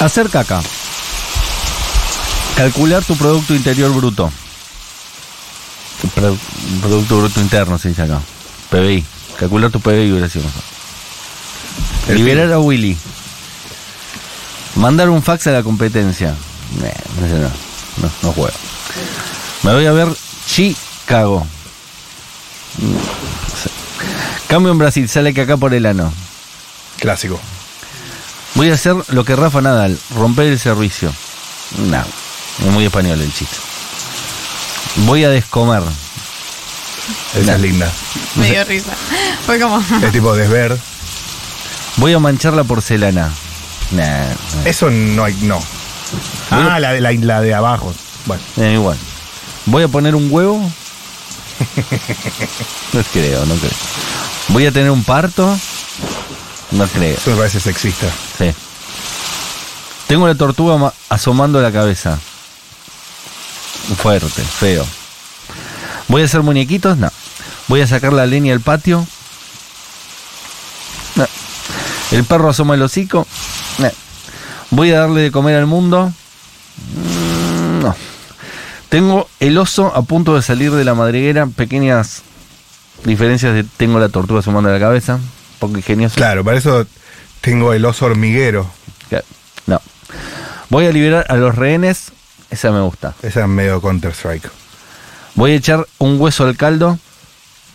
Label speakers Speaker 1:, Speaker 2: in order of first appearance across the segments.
Speaker 1: Hacer caca. Calcular tu Producto Interior Bruto. Tu pro- producto Bruto Interno se dice acá. PBI. Calcular tu PBI hubiera sido mejor. Liberar a Willy. Mandar un fax a la competencia. Eh, no, sé, no, no, no juego. Me voy a ver Chicago. Mm, no sé. Cambio en Brasil, sale que acá por el ano.
Speaker 2: Clásico.
Speaker 1: Voy a hacer lo que Rafa Nadal, romper el servicio. No, es muy español el chiste. Voy a descomer.
Speaker 2: Esa
Speaker 1: Nah.
Speaker 2: es linda.
Speaker 1: No
Speaker 3: Me
Speaker 1: sé.
Speaker 3: dio risa. Fue como.
Speaker 2: Es tipo desver.
Speaker 1: Voy a manchar la porcelana. Nah, nah,
Speaker 2: Eso no hay. No. Ah, la de, la, la de abajo. Bueno,
Speaker 1: eh, igual. Voy a poner un huevo. No creo, no creo. Voy a tener un parto. No creo.
Speaker 2: eso me parece sexista.
Speaker 1: Sí. Tengo la tortuga ma- asomando la cabeza. Fuerte, feo. ¿Voy a hacer muñequitos? No. ¿Voy a sacar la leña al patio? No. ¿El perro asoma el hocico? No. ¿Voy a darle de comer al mundo? Mm, No. Tengo el oso a punto de salir de la madriguera. Pequeñas diferencias de tengo la tortuga asomando la cabeza. Porque ingenioso.
Speaker 2: Claro, para eso tengo el oso hormiguero.
Speaker 1: Ya, No. Voy a liberar a los rehenes. Esa me gusta.
Speaker 2: Esa es medio Counter-Strike.
Speaker 1: Voy a echar un hueso al caldo.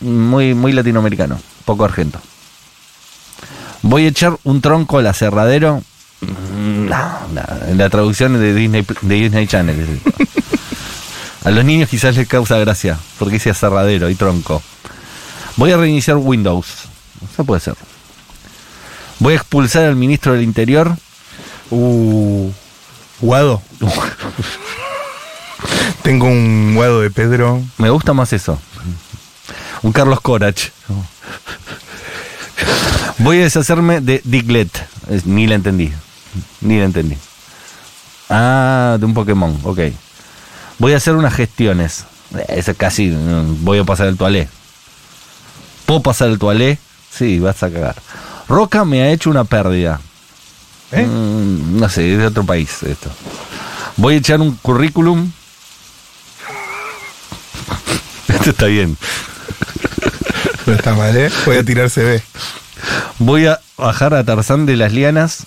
Speaker 1: Muy, muy latinoamericano. Poco argento. Voy a echar un tronco al aserradero. Mm, No, no, en la traducción de Disney, de Disney Channel. es eso. A los niños quizás les causa gracia, porque dice aserradero y tronco. Voy a reiniciar Windows. Eso puede ser. Voy a expulsar al ministro del Interior.
Speaker 2: Uh. Guado. Tengo un guado de Pedro.
Speaker 1: Me gusta más eso. Un Carlos Corach. Voy a deshacerme de Diglett. Es- Ni la entendí. Ni la entendí. Ah, de un Pokémon. Ok. Voy a hacer unas gestiones. Eh, Eso casi. mm, Voy a pasar el toalé. ¿Puedo pasar el toalé? Sí, vas a cagar. Roca me ha hecho una pérdida.
Speaker 2: ¿Eh?
Speaker 1: Mm, no sé, es de otro país esto. Voy a echar un currículum. Esto Este está bien.
Speaker 2: No está mal, ¿eh? Voy a tirar CB.
Speaker 1: Voy a bajar a Tarzán de las lianas.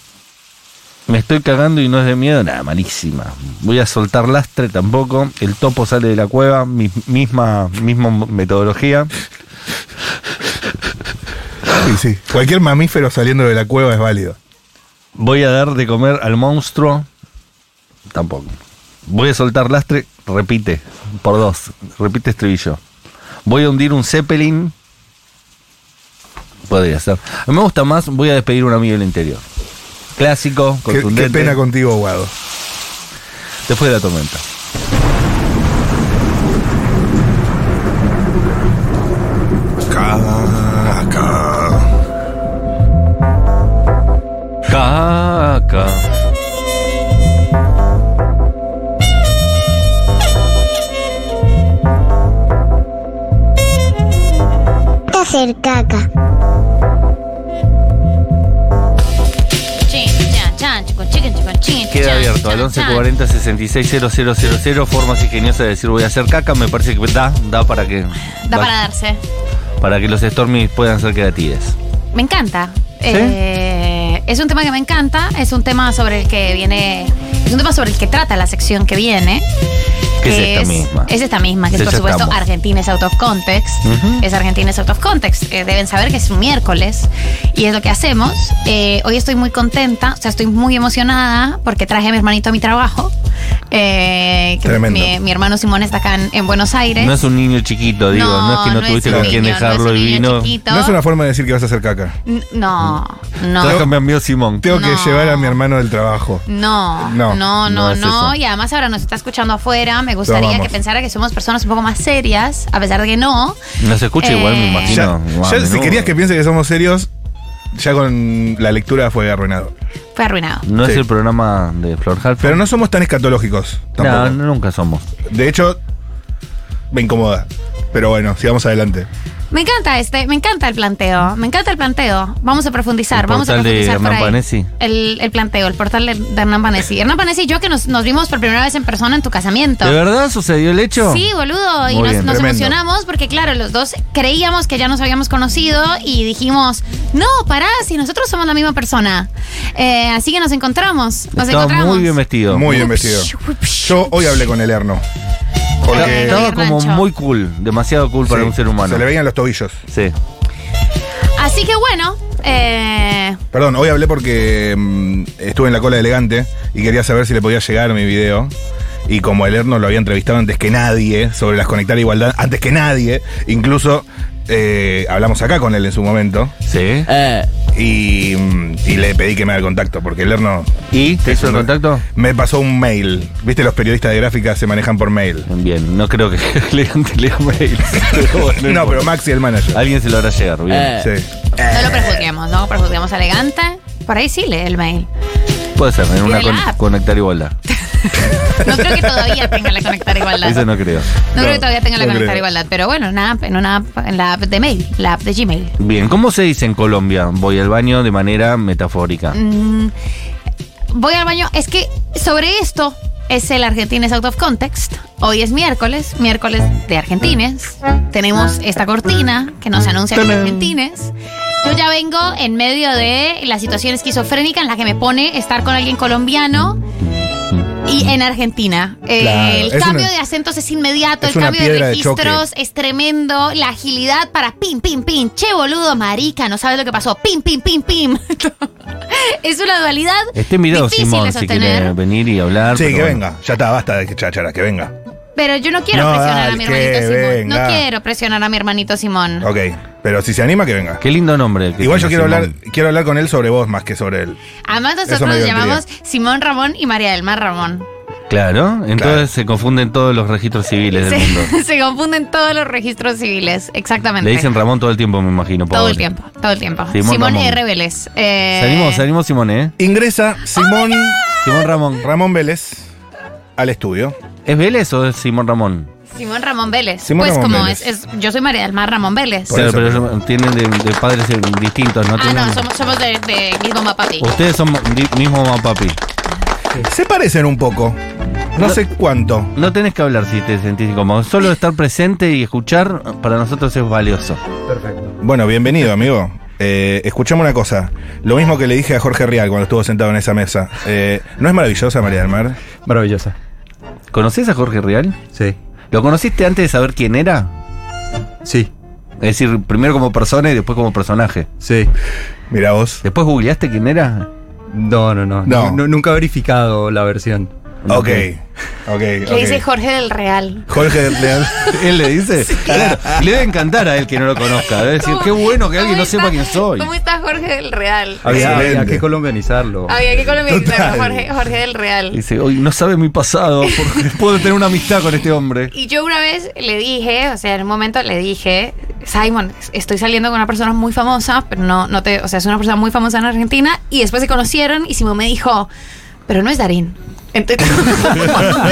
Speaker 1: Me estoy cagando y no es de miedo. Nada, malísima. Voy a soltar lastre tampoco. El topo sale de la cueva. Mi- misma, misma metodología.
Speaker 2: Sí, sí. Cualquier mamífero saliendo de la cueva es válido.
Speaker 1: Voy a dar de comer al monstruo. Tampoco. Voy a soltar lastre. Repite. Por dos. Repite este estribillo. Voy a hundir un zeppelin. Podría ser. A mí Me gusta más. Voy a despedir a un amigo del interior. Clásico.
Speaker 2: Qué,
Speaker 1: contundente.
Speaker 2: qué pena contigo, guado.
Speaker 1: Después de la tormenta.
Speaker 2: Caca.
Speaker 1: Caca.
Speaker 4: Hacer caca.
Speaker 1: Queda abierto al 1140 660000 formas ingeniosas de decir voy a hacer caca, me parece que da, da para que
Speaker 3: Da
Speaker 1: va-
Speaker 3: para darse.
Speaker 1: para que los Stormies puedan ser creatives.
Speaker 3: Me encanta. Eh, es un tema que me encanta. Es un tema sobre el que viene. Es un tema sobre el que trata la sección que viene.
Speaker 1: Que es
Speaker 3: que
Speaker 1: esta misma.
Speaker 3: Es este esta misma, que
Speaker 1: Sí,
Speaker 3: es por
Speaker 1: ya
Speaker 3: supuesto
Speaker 1: estamos.
Speaker 3: Argentina es out of context.
Speaker 1: Ujú.
Speaker 3: Es Argentina es out of context. Eh, deben saber que es un miércoles y es lo que hacemos. Eh, hoy estoy muy contenta, o sea, estoy muy emocionada porque traje a mi hermanito a mi trabajo. Eh, que
Speaker 2: Tremendo.
Speaker 3: Mi, mi hermano Simón está acá en, en Buenos Aires.
Speaker 1: No es un niño chiquito, digo, no, es que no,
Speaker 3: es
Speaker 1: tuviste
Speaker 3: un
Speaker 1: con quién
Speaker 3: niño, no es
Speaker 1: dejarlo
Speaker 3: un
Speaker 1: y
Speaker 3: niño
Speaker 1: vino.
Speaker 3: chiquito.
Speaker 2: No es una forma de decir que vas a hacer caca.
Speaker 3: N- No, no.
Speaker 1: Trájame a mi amigo Simón.
Speaker 2: Tengo
Speaker 3: No.
Speaker 2: que llevar a mi hermano del trabajo.
Speaker 3: No,
Speaker 2: No,
Speaker 3: no,
Speaker 1: no
Speaker 3: no, no.
Speaker 1: es eso.
Speaker 3: Y además ahora nos está escuchando afuera. Me
Speaker 2: Lo
Speaker 3: gustaría
Speaker 2: amamos.
Speaker 3: que pensara que somos personas un poco más serias, a pesar de que no.
Speaker 1: Nos escucha igual, me
Speaker 3: Eh,
Speaker 1: imagino.
Speaker 2: Ya,
Speaker 1: a
Speaker 2: ya si
Speaker 1: menudo.
Speaker 2: querías que piense que somos serios, ya con la lectura fue arruinado.
Speaker 3: Fue arruinado.
Speaker 1: No es
Speaker 2: Sí.
Speaker 1: el programa de Flor Halfon.
Speaker 2: Pero no somos tan escatológicos tampoco.
Speaker 1: no, nunca somos.
Speaker 2: De hecho, me incomoda. Pero bueno, sigamos adelante.
Speaker 3: Me encanta este, me encanta el planteo, me encanta el planteo. Vamos a profundizar,
Speaker 1: El
Speaker 3: vamos a
Speaker 1: portal de
Speaker 3: profundizar por
Speaker 1: Hernán
Speaker 3: ahí.
Speaker 1: Panesi.
Speaker 3: El, el planteo, el portal de, de Hernán Panesi. Hernán Panesi y yo que nos, nos vimos por primera vez en persona en tu casamiento.
Speaker 1: ¿De verdad sucedió el hecho?
Speaker 3: Sí, boludo, y
Speaker 1: Muy
Speaker 3: nos,
Speaker 1: bien,
Speaker 3: nos
Speaker 2: tremendo.
Speaker 3: emocionamos porque claro, los dos creíamos que ya nos habíamos conocido y dijimos, no, pará, si nosotros somos la misma persona. Eh, así que nos encontramos, nos
Speaker 1: Estaba
Speaker 3: encontramos.
Speaker 1: muy bien vestido.
Speaker 2: Muy bien vestido. Yo hoy hablé con el Erno. Porque
Speaker 3: Estaba
Speaker 1: Estaba como
Speaker 3: rancho.
Speaker 1: muy cool, demasiado cool para
Speaker 2: Sí,
Speaker 1: un ser humano.
Speaker 2: Se le veían los tobillos.
Speaker 1: Sí.
Speaker 3: Así que bueno, eh,
Speaker 2: Perdón, hoy hablé porque mm, estuve en la cola de elegante y quería saber si le podía llegar mi video. Y como el Erno lo había entrevistado antes que nadie sobre las conectar igualdad, antes que nadie, incluso eh, hablamos acá con él en su momento
Speaker 1: Sí.
Speaker 5: Eh,
Speaker 2: y, mm, y le pedí que me haga el contacto porque el Erno
Speaker 1: ¿Y te hizo el
Speaker 2: no-
Speaker 1: contacto?
Speaker 2: me pasó un mail. Viste, los periodistas de gráfica se manejan por mail.
Speaker 1: Bien, no creo que elegante lea mails. Pero bueno,
Speaker 2: No, pero
Speaker 1: importa.
Speaker 2: Maxi, el manager.
Speaker 1: Alguien se lo hará llegar, bien.
Speaker 5: Eh.
Speaker 2: Sí.
Speaker 3: no lo prejuzguemos, no prejuzguemos a elegante. Por ahí sí lee el mail.
Speaker 1: Puede ser, en
Speaker 3: Y
Speaker 1: una
Speaker 3: de
Speaker 1: con-
Speaker 3: la app.
Speaker 1: conectar igualdad.
Speaker 3: No creo que todavía tenga la conectar igualdad.
Speaker 1: Eso no creo.
Speaker 3: No creo que
Speaker 2: No,
Speaker 3: todavía tenga la
Speaker 2: no
Speaker 3: conectar
Speaker 2: creo.
Speaker 3: igualdad, pero bueno, en una app, en una app, en la app de mail, la app de Gmail.
Speaker 1: Bien, ¿cómo se dice en Colombia? Voy al baño de manera metafórica.
Speaker 3: Mm, voy al baño. Es que sobre esto es el Argentines Out of Context. Hoy es miércoles, miércoles de Argentines. Tenemos esta cortina que nos anuncia que es Argentines. Yo ya vengo en medio de la situación esquizofrénica en la que me pone estar con alguien colombiano. Y en Argentina. Eh,
Speaker 2: Claro,
Speaker 3: el
Speaker 2: es
Speaker 3: cambio
Speaker 2: una-
Speaker 3: de acentos es inmediato,
Speaker 2: es
Speaker 3: el
Speaker 2: una
Speaker 3: cambio de
Speaker 2: piedra de choque.
Speaker 3: registros es tremendo, la agilidad para pim, pim, pim. Che, boludo, marica, no sabes lo que pasó. Pim, pim, pim, pim. es una dualidad.
Speaker 1: Este video,
Speaker 3: difícil de
Speaker 1: Simón, si
Speaker 3: sostener.
Speaker 1: quiere venir y hablar.
Speaker 2: Sí,
Speaker 1: pero
Speaker 2: que
Speaker 1: bueno.
Speaker 2: venga. Ya está, basta de que cháchara, que venga.
Speaker 3: Pero yo no quiero
Speaker 2: No,
Speaker 3: presionar a
Speaker 2: dale,
Speaker 3: mi hermanito
Speaker 2: que
Speaker 3: Simón. No
Speaker 2: venga.
Speaker 3: quiero presionar a mi hermanito Simón.
Speaker 2: Ok, pero si se anima, que venga.
Speaker 1: Qué lindo nombre. que
Speaker 2: Igual yo
Speaker 1: tiene
Speaker 2: quiero hablar,
Speaker 1: Simón.
Speaker 2: quiero hablar con él sobre vos más que sobre él.
Speaker 3: Además,
Speaker 2: Eso
Speaker 3: nosotros
Speaker 2: me
Speaker 3: nos
Speaker 2: divertiría.
Speaker 3: llamamos Simón Ramón y María del Mar Ramón.
Speaker 1: Claro, entonces
Speaker 2: Claro.
Speaker 1: se confunden todos los registros civiles del mundo.
Speaker 3: Se, se confunden todos los registros civiles. Exactamente.
Speaker 1: Le dicen Ramón todo el tiempo, me imagino.
Speaker 3: todo
Speaker 1: pobre.
Speaker 3: el tiempo, todo el tiempo.
Speaker 1: Simón
Speaker 3: Simón,
Speaker 1: Ramón.
Speaker 3: R. Vélez. Eh,
Speaker 1: Salimos, salimos Simón, ¿eh?
Speaker 2: Ingresa Simón
Speaker 1: Simón Ramón.
Speaker 2: Ramón Vélez al estudio.
Speaker 1: ¿Es Vélez o es Simón Ramón?
Speaker 3: Simón Ramón Vélez.
Speaker 2: Simón
Speaker 3: pues
Speaker 2: Ramón
Speaker 3: como
Speaker 2: Vélez.
Speaker 3: Es, es- yo soy María del Mar Ramón Vélez.
Speaker 2: Por
Speaker 1: Claro,
Speaker 2: eso,
Speaker 1: pero tienen de, de padres distintos, Pues, ¿no?
Speaker 3: ah,
Speaker 1: tienen...
Speaker 3: no, somos, somos de, de mismo mapapi.
Speaker 1: Ustedes son di- mismo mamá papi.
Speaker 2: Se parecen un poco. No sé cuánto.
Speaker 1: No tenés que hablar si te sentís incómodo. Solo estar presente y escuchar para nosotros es valioso.
Speaker 2: Bueno, bienvenido, amigo. Eh, escuchame una cosa. Lo mismo que le dije a Jorge Rial cuando estuvo sentado en esa mesa. Eh, ¿No es maravillosa María del Mar?
Speaker 6: Maravillosa.
Speaker 1: ¿Conocés a Jorge Real?
Speaker 6: Sí.
Speaker 1: ¿Lo conociste antes de saber quién era?
Speaker 6: Sí.
Speaker 1: Es decir, primero como persona y después como personaje.
Speaker 6: Sí.
Speaker 2: Mira vos.
Speaker 1: ¿Después googleaste quién era?
Speaker 6: No, no, no.
Speaker 2: No.
Speaker 6: Nu- nu- nunca he verificado la versión.
Speaker 2: Ok. Ok. okay.
Speaker 3: Le dice Jorge del Real.
Speaker 2: Jorge Rial.
Speaker 1: Él le dice. Claro, le debe encantar a él que no lo conozca. Debe decir, qué bueno que alguien no sepa quién soy.
Speaker 3: ¿Cómo está Jorge del Real?
Speaker 6: Había,
Speaker 2: Excelente.
Speaker 6: había que colombianizarlo.
Speaker 3: Había que colombianizarlo,
Speaker 2: Total.
Speaker 3: Jorge, Jorge del Real.
Speaker 1: Dice, hoy no sabe mi pasado, porque puedo tener una amistad con este hombre.
Speaker 3: Y yo una vez le dije, o sea, en un momento le dije, Simon, estoy saliendo con una persona muy famosa, pero no, no te, o sea, es una persona muy famosa en Argentina. Y después se conocieron y Simón me dijo, pero no es Darín. Entonces,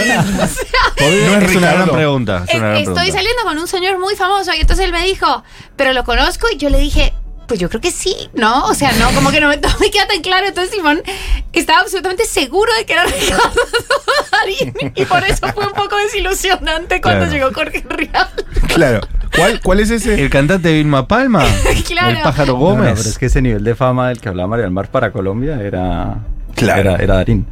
Speaker 1: No es, una gran
Speaker 2: Ricardo.
Speaker 1: pregunta. es
Speaker 3: Eh,
Speaker 1: una gran
Speaker 3: Estoy
Speaker 1: pregunta.
Speaker 3: saliendo con un señor muy famoso y entonces él me dijo, pero lo conozco y yo le dije, pues yo creo que sí, ¿no? O sea, no, como que no me, no me queda tan claro. Entonces Simón estaba absolutamente seguro de que era Ricardo Darín y por eso fue un poco desilusionante cuando
Speaker 1: Claro.
Speaker 3: llegó Jorge Rial.
Speaker 2: Claro. ¿Cuál, ¿Cuál es ese?
Speaker 1: El cantante Vilma Palma,
Speaker 3: Claro.
Speaker 1: el pájaro
Speaker 6: No, no,
Speaker 1: Gómez.
Speaker 6: pero es que ese nivel de fama del que hablaba María del Mar para Colombia era.
Speaker 2: Claro.
Speaker 6: Era, era Darín.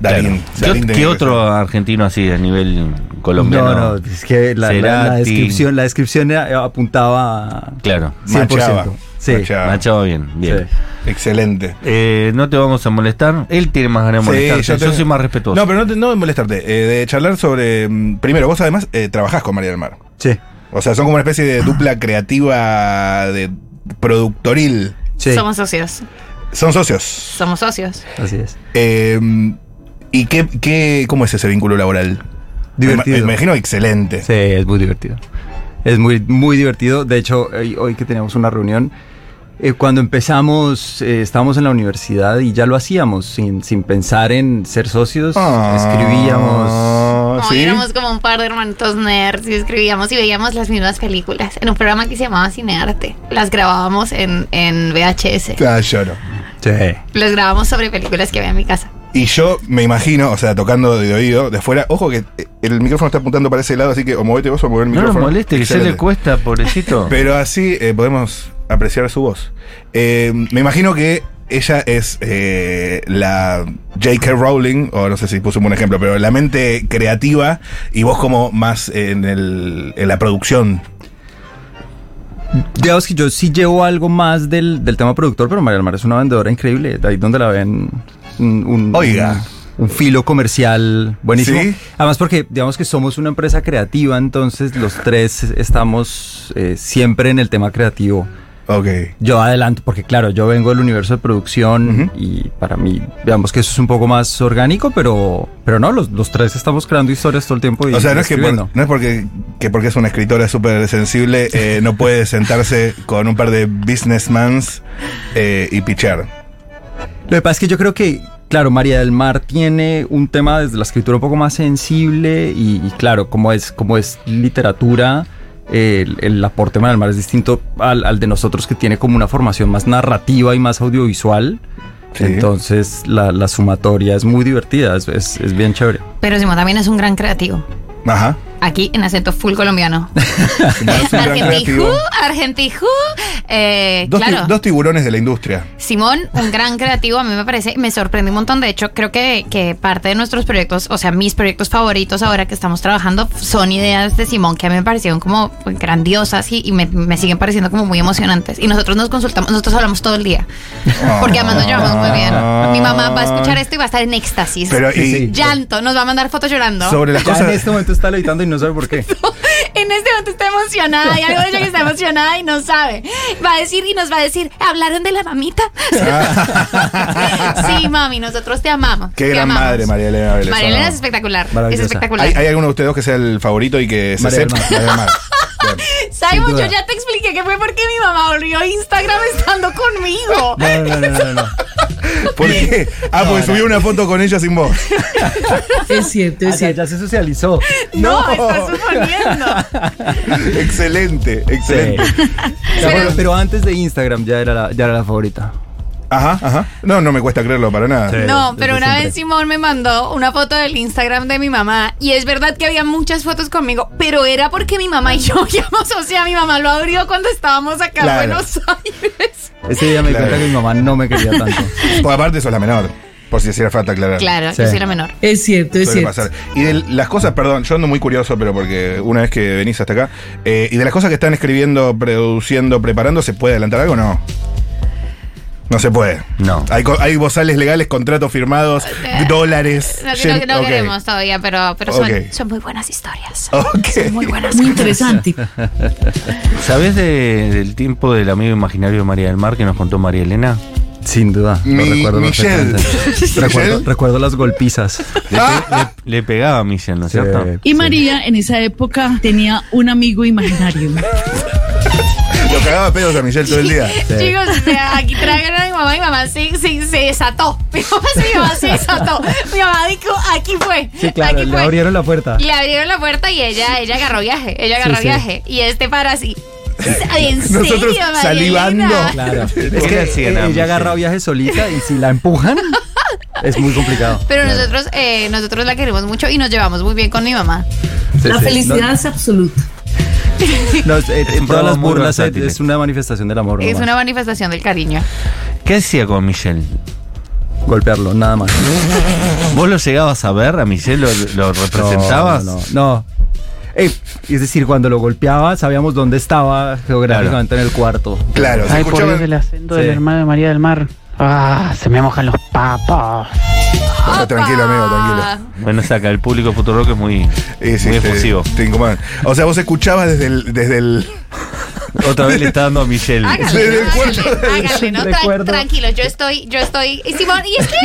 Speaker 2: Darín.
Speaker 1: ¿Qué,
Speaker 2: Darín
Speaker 1: qué
Speaker 2: tenía que
Speaker 1: otro argentino así de nivel colombiano?
Speaker 6: No, no, es que la, la- la
Speaker 1: Cerati.
Speaker 6: descripción, la descripción era- apuntaba
Speaker 1: Claro.
Speaker 2: ser.
Speaker 6: 100%.
Speaker 2: Machaba.
Speaker 6: Sí.
Speaker 2: Machaba.
Speaker 1: Machado bien, bien.
Speaker 6: Sí.
Speaker 2: Excelente.
Speaker 1: Eh, no te vamos a molestar. Él tiene más ganas de molestarte. yo,
Speaker 2: tengo-
Speaker 1: soy más respetuoso.
Speaker 2: No, pero no, te- no de molestarte. eh, de charlar sobre. mm, Primero, vos además eh, trabajás con María del Mar.
Speaker 6: Sí.
Speaker 2: O sea, son como una especie de dupla
Speaker 1: Ah.
Speaker 2: creativa de productoril.
Speaker 6: Sí.
Speaker 3: Somos socios,
Speaker 2: Son socios.
Speaker 3: somos socios.
Speaker 6: Así es.
Speaker 2: Eh, ¿Y qué, qué, cómo es ese vínculo laboral?
Speaker 6: Divertido.
Speaker 2: Me, me imagino excelente.
Speaker 6: Sí, es muy divertido. Es muy, muy divertido. De hecho, hoy, hoy que teníamos una reunión, eh, cuando empezamos, eh, estábamos en la universidad y ya lo hacíamos sin, sin pensar en ser socios.
Speaker 2: Ah,
Speaker 6: escribíamos
Speaker 3: como
Speaker 2: ¿sí?
Speaker 3: éramos como un par de hermanitos nerds y escribíamos y veíamos las mismas películas en un programa que se llamaba Cinearte. Las grabábamos en, en VHS.
Speaker 2: Ah, lloro.
Speaker 6: Sí.
Speaker 3: Las grabábamos sobre películas que había en mi casa.
Speaker 2: Y yo me imagino, o sea, tocando de oído, de afuera, ojo que eh, el micrófono está apuntando para ese lado, así que o movete vos o mover el
Speaker 1: No
Speaker 2: micrófono.
Speaker 1: lo moleste, que se le
Speaker 2: Excelente.
Speaker 1: cuesta, pobrecito.
Speaker 2: Pero así eh, podemos apreciar su voz. Eh, me imagino que ella es eh, la J.K. Rowling, o no sé si puse un buen ejemplo, pero la mente creativa y vos como más en, el, en la producción.
Speaker 6: Digamos que yo sí llevo algo más del, del tema productor, pero María del Mar es una vendedora increíble. Ahí donde la ven un, un-
Speaker 2: Oiga.
Speaker 6: un, un filo comercial buenísimo.
Speaker 2: Sí.
Speaker 6: Además porque digamos que somos una empresa creativa, entonces los tres estamos eh, siempre en el tema creativo.
Speaker 2: Ok.
Speaker 6: Yo adelanto, porque claro, yo vengo del universo de producción
Speaker 2: Ujú.
Speaker 6: y para mí, digamos que eso es un poco más orgánico, pero, pero no, los, los tres estamos creando historias todo el tiempo. Y
Speaker 2: O sea, no es, que por-
Speaker 6: escribiendo.
Speaker 2: no es porque, que porque es una escritora súper sensible, eh, no puede sentarse con un par de businessmans eh, y pichar.
Speaker 6: Lo que pasa es que yo creo que, claro, María del Mar tiene un tema desde la escritura un poco más sensible y, y claro, como es, como es literatura, eh, el, el aporte de María del Mar es distinto al, al de nosotros que tiene como una formación más narrativa y más audiovisual.
Speaker 2: Sí.
Speaker 6: Entonces la, la sumatoria es muy divertida, es, es- es bien chévere.
Speaker 3: Pero Simón también es un gran creativo.
Speaker 2: Ajá.
Speaker 3: Aquí en acento full colombiano.
Speaker 2: Es un gran
Speaker 3: Argentijú,
Speaker 2: creativo.
Speaker 3: Argentijú. Eh,
Speaker 2: Dos, ti-
Speaker 3: claro.
Speaker 2: dos tiburones de la industria.
Speaker 3: Simón, un gran creativo, a mí me parece, me sorprende un montón. De hecho, creo que, que parte de nuestros proyectos, o sea, mis proyectos favoritos ahora que estamos trabajando, son ideas de Simón que a mí me parecieron como grandiosas y, y me, me siguen pareciendo como muy emocionantes. Y nosotros nos consultamos, nosotros hablamos todo el día. Porque
Speaker 2: Ah.
Speaker 3: además nos llevamos muy bien. Mi mamá va a escuchar esto y va a estar en éxtasis.
Speaker 2: Pero y-
Speaker 6: sí.
Speaker 3: Llanto, nos va a mandar fotos llorando.
Speaker 2: sobre las
Speaker 6: Ya en
Speaker 2: cosas.
Speaker 6: este momento está editando y no sabe por qué.
Speaker 3: En este momento está emocionada y algo de ella que está emocionada y no sabe. Va a decir y nos va a decir, ¿hablaron de la mamita? sí, mami, nosotros te amamos.
Speaker 2: Qué
Speaker 3: te
Speaker 2: gran
Speaker 3: amamos.
Speaker 2: madre, María Elena Vélez,
Speaker 3: María
Speaker 2: ¿o no?
Speaker 3: Elena es espectacular. Es
Speaker 6: Maravillosa.
Speaker 3: espectacular.
Speaker 2: ¿Hay, hay alguno de ustedes dos que sea el favorito y que se
Speaker 6: María del
Speaker 2: sepa?
Speaker 6: Mar.
Speaker 2: María del Mar. Bien.
Speaker 3: Simon,
Speaker 6: sin
Speaker 3: yo
Speaker 6: duda.
Speaker 3: ya te expliqué que fue porque mi mamá abrió Instagram estando conmigo.
Speaker 6: No, no, no, no, no.
Speaker 2: ¿Por qué? Ah, porque subió una foto con ella sin voz.
Speaker 5: Es cierto, es
Speaker 6: ya,
Speaker 5: cierto.
Speaker 6: ya se socializó.
Speaker 3: No, estás suponiendo.
Speaker 2: excelente,
Speaker 6: Sí.
Speaker 2: excelente.
Speaker 6: Pero, pero antes de Instagram ya era la, ya era la favorita.
Speaker 2: Ajá, ajá. No, no me cuesta creerlo para nada.
Speaker 6: Sí.
Speaker 3: No,
Speaker 6: desde
Speaker 3: pero una
Speaker 6: siempre.
Speaker 3: vez Simón me mandó una foto del Instagram de mi mamá y es verdad que había muchas fotos conmigo, pero era porque mi mamá y yo íbamos, o sea, mi mamá lo abrió cuando estábamos acá
Speaker 2: Claro.
Speaker 3: en Buenos Aires.
Speaker 6: Ese día me di
Speaker 2: Claro.
Speaker 6: cuenta que mi mamá no me quería tanto.
Speaker 2: Por aparte sos la menor, por si hiciera falta aclarar.
Speaker 3: Claro,
Speaker 6: Sí.
Speaker 3: yo soy la menor.
Speaker 5: Es cierto, es
Speaker 2: Suele
Speaker 5: cierto.
Speaker 2: pasar. Y de las cosas, perdón, yo ando muy curioso, pero porque una vez que venís hasta acá, eh, y de las cosas que están escribiendo, produciendo, preparando, ¿se puede adelantar algo o no? No se puede.
Speaker 1: No.
Speaker 2: Hay, co- hay bozales legales, contratos firmados, dólares.
Speaker 3: Eh, No,
Speaker 2: yen-
Speaker 3: no- no
Speaker 2: ok.
Speaker 3: queremos todavía, pero, pero son,
Speaker 2: Ok.
Speaker 3: son muy buenas historias.
Speaker 2: Ok.
Speaker 3: Son muy buenas
Speaker 5: Muy
Speaker 3: historias.
Speaker 5: interesante.
Speaker 1: ¿Sabés de- del tiempo del amigo imaginario de María del Mar que nos contó María Elena?
Speaker 6: Sin duda.
Speaker 2: Mi-
Speaker 6: lo recuerdo
Speaker 2: Michelle.
Speaker 6: perfectamente. recuerdo,
Speaker 2: Michelle.
Speaker 6: recuerdo las golpizas.
Speaker 1: Le, pe- le- le pegaba a Michelle, ¿no es cierto?
Speaker 6: Sí.
Speaker 5: Y María en esa época tenía un amigo imaginario.
Speaker 2: Lo cagaba a pedos a Michelle todo el día.
Speaker 3: Chicos, o sea, aquí traigan a mi mamá, mi mamá se, se, se desató. Mi mamá, mi mamá se desató. Mi mamá dijo, aquí fue.
Speaker 6: Sí, claro,
Speaker 3: aquí
Speaker 6: le
Speaker 3: fue.
Speaker 6: abrieron la puerta.
Speaker 3: Le abrieron la puerta y ella, ella agarró viaje, ella agarró
Speaker 6: Sí, sí.
Speaker 3: viaje. Y este para así. ¿En serio,
Speaker 2: Nosotros
Speaker 3: María
Speaker 2: salivando.
Speaker 3: Elena?
Speaker 6: Claro. Es
Speaker 1: ¿Por qué
Speaker 6: que
Speaker 1: hacían a
Speaker 6: ella
Speaker 1: Michelle?
Speaker 6: agarra viaje solita y si la empujan, es muy complicado.
Speaker 3: Pero nosotros, eh, nosotros la queremos mucho y nos llevamos muy bien con mi mamá.
Speaker 6: Sí,
Speaker 5: La
Speaker 6: sí.
Speaker 5: felicidad es absoluta.
Speaker 6: No, no, es- es-
Speaker 1: En
Speaker 6: todas
Speaker 1: todo
Speaker 6: las
Speaker 1: muy
Speaker 6: burlas es,
Speaker 1: versátiles.
Speaker 6: es una manifestación del amor.
Speaker 3: Es
Speaker 6: nomás.
Speaker 3: una manifestación del cariño.
Speaker 1: ¿Qué hacía con Michelle?
Speaker 6: Golpearlo, nada más.
Speaker 1: ¿Vos lo llegabas a ver a Michelle? ¿Lo, lo representabas?
Speaker 6: No. no, no. Eh, es decir, cuando lo golpeaba, sabíamos dónde estaba geográficamente en el cuarto.
Speaker 2: Claro, se
Speaker 7: Ay, por
Speaker 2: escuchaba.
Speaker 7: Dios, el acento
Speaker 6: Sí.
Speaker 7: del hermano de María del Mar. Ah, se me mojan los papas.
Speaker 2: Ah, tranquilo, amigo,
Speaker 3: Ah,
Speaker 2: tranquilo.
Speaker 1: Bueno, saca, el público Futuro Rock es muy,
Speaker 2: Y sí,
Speaker 1: muy
Speaker 2: te-
Speaker 1: efusivo.
Speaker 2: Te, incomodan. O sea, vos escuchabas desde el. Desde el
Speaker 1: Otra vez le está dando a Michelle.
Speaker 3: Hágale,
Speaker 2: Desde el
Speaker 3: no,
Speaker 2: cuarto
Speaker 3: hágale,
Speaker 2: del-
Speaker 3: hágale, no,
Speaker 6: del
Speaker 3: Tran-
Speaker 6: recuerdo.
Speaker 3: tranquilo, yo estoy, yo estoy. Y Simón, y es que,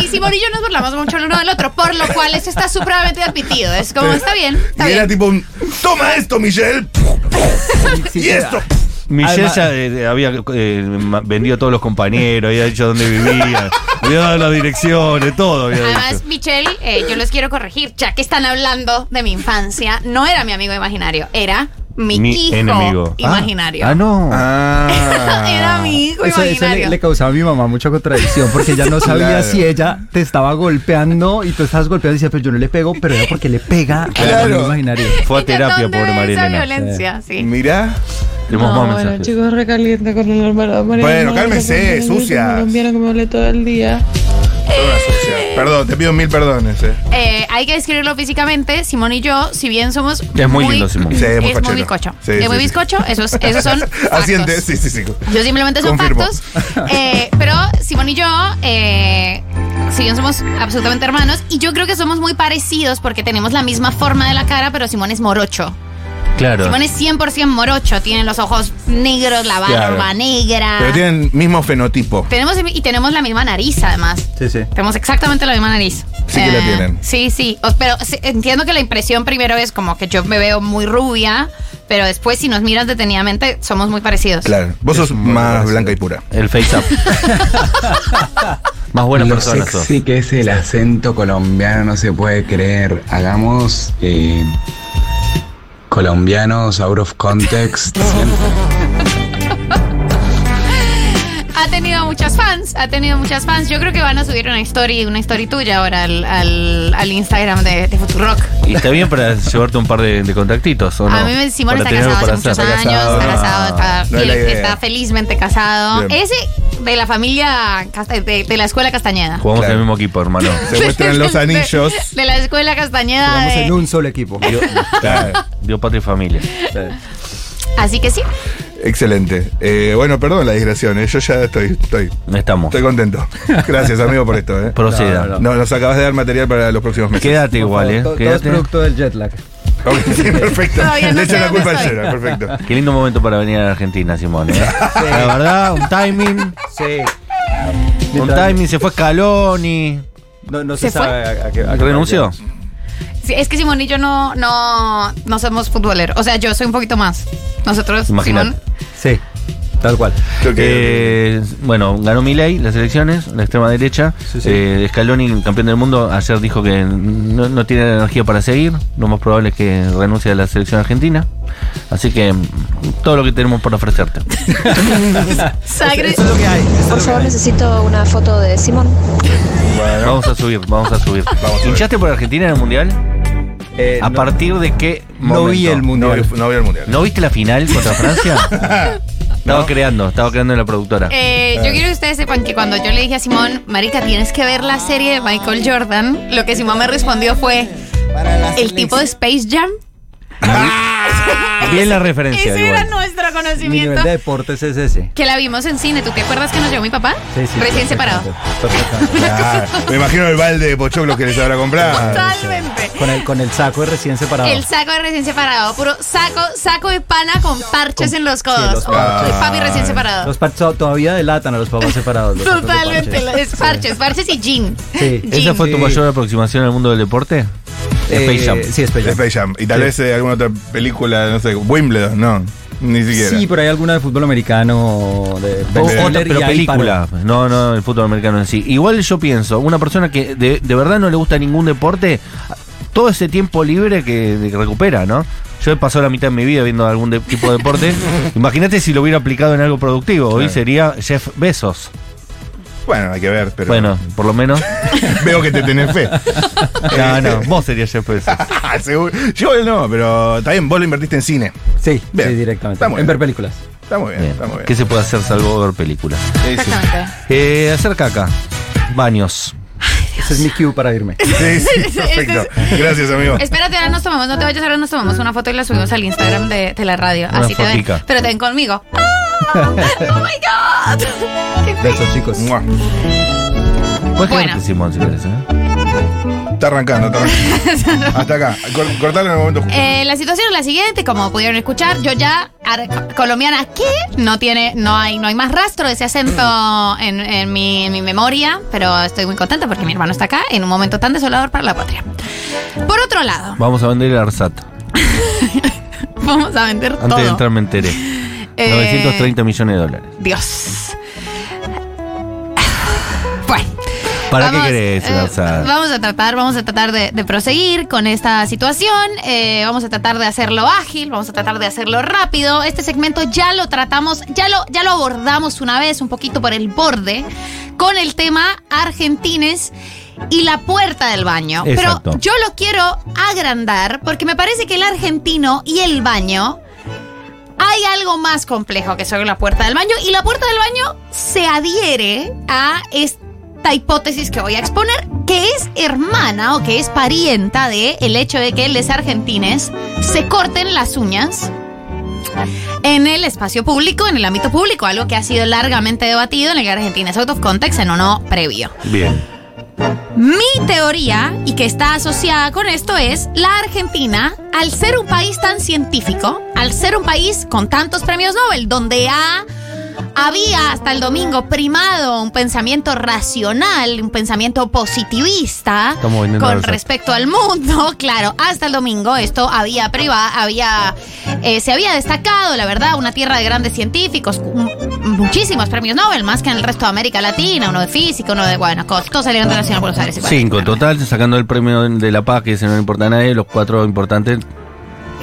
Speaker 3: y, y Simón y yo nos burlamos mucho el uno del otro, por lo cual esto está supremamente admitido. Es como, está bien, está
Speaker 2: y era
Speaker 3: bien.
Speaker 2: tipo un. ¡Toma esto, Michelle!
Speaker 6: Sí,
Speaker 2: ¡Y
Speaker 6: sí,
Speaker 2: esto!
Speaker 1: Michelle
Speaker 6: Además-
Speaker 1: ya eh, había eh, ma- vendido a todos los compañeros, había dicho dónde vivía, había dado las direcciones, todo. había
Speaker 3: Además,
Speaker 1: dicho.
Speaker 3: Michelle, eh, yo los quiero corregir, ya que están hablando de mi infancia, no era mi amigo imaginario, era mi,
Speaker 1: Mi
Speaker 3: hijo
Speaker 1: enemigo.
Speaker 3: imaginario.
Speaker 1: Ah, no.
Speaker 2: Ah.
Speaker 3: era mi hijo
Speaker 6: Eso, eso
Speaker 3: imaginario.
Speaker 6: le, le causaba a mi mamá mucha contradicción porque ella no sabía
Speaker 2: Claro.
Speaker 6: si ella te estaba golpeando y tú estabas golpeando y decía, pero yo no le pego, pero era porque le pega
Speaker 2: Claro.
Speaker 6: al amigo imaginario.
Speaker 1: Fue a
Speaker 3: ¿Y de
Speaker 1: terapia,
Speaker 3: dónde
Speaker 1: pobre
Speaker 3: esa
Speaker 1: Marilena.
Speaker 3: violencia, sí.
Speaker 2: Mirá.
Speaker 1: Tenemos
Speaker 8: No,
Speaker 1: más
Speaker 8: bueno,
Speaker 1: mensajes.
Speaker 8: chicos, recalienta con un hermano.
Speaker 2: Bueno, cálmese, sucias.
Speaker 8: Colombiana que me hablé todo el día.
Speaker 2: Toda sucia. Perdón, te pido mil perdones. eh.
Speaker 3: Eh, hay que describirlo físicamente. Simón y yo, si bien somos.
Speaker 1: Es muy lindo, Simón.
Speaker 2: Sí, es muy
Speaker 3: es
Speaker 2: fachero.
Speaker 3: muy bizcocho.
Speaker 2: Sí,
Speaker 3: es
Speaker 2: sí,
Speaker 3: muy
Speaker 2: sí.
Speaker 3: bizcocho. Esos, esos son.
Speaker 2: Asiente,
Speaker 3: factos.
Speaker 2: sí, sí, sí.
Speaker 3: Yo simplemente son
Speaker 2: Confirmo.
Speaker 3: factos. Eh, pero Simón y yo, eh, si bien somos absolutamente hermanos, y yo creo que somos muy parecidos porque tenemos la misma forma de la cara, pero Simón es morocho.
Speaker 1: Claro.
Speaker 3: Simón es 100% morocho. Tiene los ojos negros, la barba
Speaker 2: Claro.
Speaker 3: negra.
Speaker 2: Pero tienen mismo fenotipo.
Speaker 3: Tenemos, y tenemos la misma nariz, además.
Speaker 6: Sí, sí.
Speaker 3: Tenemos exactamente la misma nariz. Eh,
Speaker 2: Sí que la tienen.
Speaker 3: Sí, sí. O- Pero sí, entiendo que la impresión primero es como que yo me veo muy rubia, pero después si nos miras detenidamente somos muy parecidos.
Speaker 2: Claro. Vos sos más
Speaker 6: parecido.
Speaker 2: blanca y pura.
Speaker 1: El face up. más buena
Speaker 9: Lo
Speaker 1: persona. sos.
Speaker 9: sexy que es el acento colombiano, no se puede creer. Hagamos eh, colombianos out of context.
Speaker 3: Ha tenido muchas fans, ha tenido muchas fans. Yo creo que van a subir una story, una story tuya ahora al, al- al Instagram de, de Futurock.
Speaker 1: Y está bien para llevarte un par de, de contactitos, ¿o no?
Speaker 3: A mí me Simón
Speaker 1: Para
Speaker 3: está
Speaker 1: tener
Speaker 3: casado hace
Speaker 1: para
Speaker 3: muchos
Speaker 1: hacer.
Speaker 3: años,
Speaker 2: Está casado,
Speaker 3: está
Speaker 2: no,
Speaker 3: casado, está,
Speaker 2: no es la
Speaker 3: fel-
Speaker 2: idea.
Speaker 3: está felizmente casado.
Speaker 2: Bien.
Speaker 3: Ese de la familia Casta- de, de la escuela Castañeda.
Speaker 1: Jugamos en
Speaker 2: Claro.
Speaker 1: el mismo equipo, hermano.
Speaker 2: Se muestran los anillos.
Speaker 3: De, de la escuela Castañeda.
Speaker 6: Jugamos
Speaker 3: de-
Speaker 6: en un solo equipo.
Speaker 2: Claro.
Speaker 1: Dio patria y familia.
Speaker 3: Así que sí.
Speaker 2: Excelente. Eh, bueno, perdón la digresión. eh. Yo ya estoy, estoy,
Speaker 1: Estamos.
Speaker 2: estoy contento. Gracias, amigo, por esto. eh.
Speaker 1: Proceda.
Speaker 6: No, no,
Speaker 2: No, nos acabas de dar material para los próximos meses.
Speaker 1: Quédate igual, ¿eh?
Speaker 6: Todo- todo es
Speaker 1: Quédate.
Speaker 6: producto del jet lag.
Speaker 2: Ok, sí, perfecto.
Speaker 3: Todavía no
Speaker 2: Le echo
Speaker 3: sé
Speaker 2: la
Speaker 3: dónde
Speaker 2: culpa a
Speaker 3: estoy.
Speaker 2: Gerard, perfecto.
Speaker 1: Qué lindo momento para venir a la Argentina, Simón. ¿eh? La verdad, un timing.
Speaker 6: Sí.
Speaker 1: Un timing, se fue Scaloni.
Speaker 6: No, no
Speaker 3: ¿Se
Speaker 6: se,
Speaker 3: fue?
Speaker 6: sabe a, a qué- a qué-
Speaker 1: ¿Renunció?
Speaker 3: Sí, es que Simón y yo no, no, no somos futboleros. O sea, yo soy un poquito más. Nosotros,
Speaker 1: Imagínate.
Speaker 3: Simón,
Speaker 6: Sí, tal cual.
Speaker 2: Creo que-
Speaker 1: Eh, bueno, ganó Milei las elecciones, la extrema derecha.
Speaker 6: Sí, sí.
Speaker 1: Eh, Scaloni, campeón del mundo, ayer dijo que no, no tiene energía para seguir. Lo más probable es que renuncie a la selección argentina. Así que mm, todo lo que tenemos por ofrecerte.
Speaker 3: sagre-
Speaker 8: Por favor, necesito una foto de Simón.
Speaker 2: bueno,
Speaker 1: Vamos a subir, vamos a subir.
Speaker 2: Vamos a subir.
Speaker 1: ¿Hinchaste por Argentina en el mundial?
Speaker 6: Eh,
Speaker 1: ¿A
Speaker 6: no-
Speaker 1: partir de qué
Speaker 6: no,
Speaker 1: momento?
Speaker 6: vi el
Speaker 2: no,
Speaker 6: mundial.
Speaker 2: vi- no vio el mundial.
Speaker 1: ¿No viste la final contra Francia? estaba creando, estaba creando en la productora.
Speaker 3: Eh, yo quiero que ustedes sepan que cuando yo le dije a Simón, Marica, tienes que ver la serie de Michael Jordan, lo que Simón me respondió fue el tipo de Space Jam.
Speaker 1: Bien la referencia.
Speaker 3: Ese era
Speaker 1: Igual.
Speaker 3: nuestro
Speaker 6: Mi
Speaker 3: conocimiento.
Speaker 6: nivel de deportes es ese.
Speaker 3: Que la vimos en cine. ¿Tú te acuerdas que nos llevó mi papá?
Speaker 6: Sí, sí,
Speaker 3: Recién
Speaker 6: perfecto,
Speaker 3: separado.
Speaker 6: perfecto.
Speaker 2: Ah, me imagino el balde de pochoclos que les habrá comprado.
Speaker 3: Totalmente.
Speaker 6: Con el, con el saco de recién separado.
Speaker 3: El saco de recién separado, puro saco, saco de pana con parches en los codos.
Speaker 6: los
Speaker 3: Oh,
Speaker 2: parches.
Speaker 3: el papi recién separado.
Speaker 6: Los parches to- todavía delatan a los papás separados. los otros de
Speaker 3: Totalmente,
Speaker 6: parches.
Speaker 3: es parches, parches y jean.
Speaker 6: Sí.
Speaker 3: Jean.
Speaker 1: ¿Esa fue tu
Speaker 6: Sí.
Speaker 1: mayor aproximación al mundo del deporte? Space
Speaker 6: Eh,
Speaker 1: Jam.
Speaker 6: Sí, Space Jam.
Speaker 2: Space Jam. Y tal
Speaker 6: Sí.
Speaker 2: vez eh, alguna otra película, no sé, Wimbledon, no. Ni siquiera.
Speaker 6: Sí, por ahí alguna de fútbol americano. De
Speaker 1: O-
Speaker 6: Ben
Speaker 2: Pero-
Speaker 1: otra,
Speaker 6: Stiller
Speaker 1: pero
Speaker 6: y ahí
Speaker 1: película,
Speaker 6: paró.
Speaker 1: no, no, el fútbol americano en sí. Igual yo pienso, una persona que de, de verdad no le gusta ningún deporte, todo ese tiempo libre que, que recupera, ¿no? Yo he pasado la mitad de mi vida viendo algún de- tipo de deporte. Imagínate si lo hubiera aplicado en algo productivo. Hoy
Speaker 2: Claro.
Speaker 1: sería Jeff Bezos.
Speaker 2: Bueno, hay que ver, pero.
Speaker 1: Bueno, por lo menos.
Speaker 2: Veo que te tenés fe. Ah,
Speaker 1: No, no, vos serías Jeff Bezos.
Speaker 2: Seguro. Yo no, pero también vos lo invertiste en cine.
Speaker 6: Sí,
Speaker 2: Bien.
Speaker 6: sí, directamente.
Speaker 2: Está muy
Speaker 6: En ver
Speaker 2: bien.
Speaker 6: películas.
Speaker 2: Está muy bien,
Speaker 1: Bien.
Speaker 2: está muy bien.
Speaker 1: ¿Qué se puede hacer salvo ver películas?
Speaker 3: Exactamente.
Speaker 1: Eh, hacer caca. Baños.
Speaker 6: Ese es mi cue para irme.
Speaker 2: Sí, sí, perfecto. Gracias, amigo.
Speaker 3: Espérate, ahora nos tomamos, no te vayas, ahora nos tomamos una foto y la subimos al Instagram de, de la radio.
Speaker 1: Una
Speaker 3: Así te ven.
Speaker 1: fotica.
Speaker 3: Pero te ven conmigo. ¡Ah! ¡Oh my god! ¡Qué fe-
Speaker 6: Besos, chicos.
Speaker 2: Mua.
Speaker 1: Puedes
Speaker 3: Bueno.
Speaker 1: quedarte, Pues Simón, si querés, ¿eh?
Speaker 2: Está arrancando, está arrancando. Hasta acá. Cor- Cortalo en el momento justo.
Speaker 3: Eh, la situación es la siguiente, como pudieron escuchar, yo ya ar- colombiana que no tiene, no hay, no hay más rastro de ese acento en, en mi, en mi memoria, pero estoy muy contenta porque mi hermano está acá en un momento tan desolador para la patria. Por otro lado,
Speaker 1: Vamos a vender el ARSAT.
Speaker 3: vamos a vender
Speaker 1: Antes
Speaker 3: todo.
Speaker 1: de entrar me enteré.
Speaker 3: Eh,
Speaker 10: 930 millones de dólares.
Speaker 3: Dios. Bueno.
Speaker 10: ¿Para qué querés,
Speaker 3: eh,
Speaker 10: Garzada?
Speaker 3: vamos a tratar, vamos a tratar de, de proseguir con esta situación. eh, vamos a tratar de hacerlo ágil, vamos a tratar de hacerlo rápido. Este segmento ya lo tratamos, ya lo, ya lo abordamos una vez, un poquito por el borde, con el tema argentines y la puerta del baño.
Speaker 10: Exacto.
Speaker 3: Pero yo lo quiero agrandar porque me parece que el argentino y el baño hay algo más complejo que sobre la puerta del baño y la puerta del baño se adhiere a esta hipótesis que voy a exponer, que es hermana o que es parienta de el hecho de que los argentines se corten las uñas en el espacio público, en el ámbito público, algo que ha sido largamente debatido en el Argentina es out of context en uno previo.
Speaker 10: Bien.
Speaker 3: Mi teoría, y que está asociada con esto, es la Argentina, al ser un país tan científico, al ser un país con tantos premios Nobel, donde ha, había hasta el domingo primado un pensamiento racional, un pensamiento positivista
Speaker 10: Estamos
Speaker 3: con
Speaker 10: vendiendo recetas.
Speaker 3: respecto al mundo, claro, hasta el domingo esto había privado, había, eh, se había destacado, la verdad, una tierra de grandes científicos, mu- muchísimos premios Nobel, más que en el resto de América Latina, uno de física, uno de, bueno, cosas, todos salieron de la Nacional de Buenos Aires. igual.
Speaker 10: Cinco en total, sacando el premio de la paz, que ese no le importa a nadie, los cuatro importantes,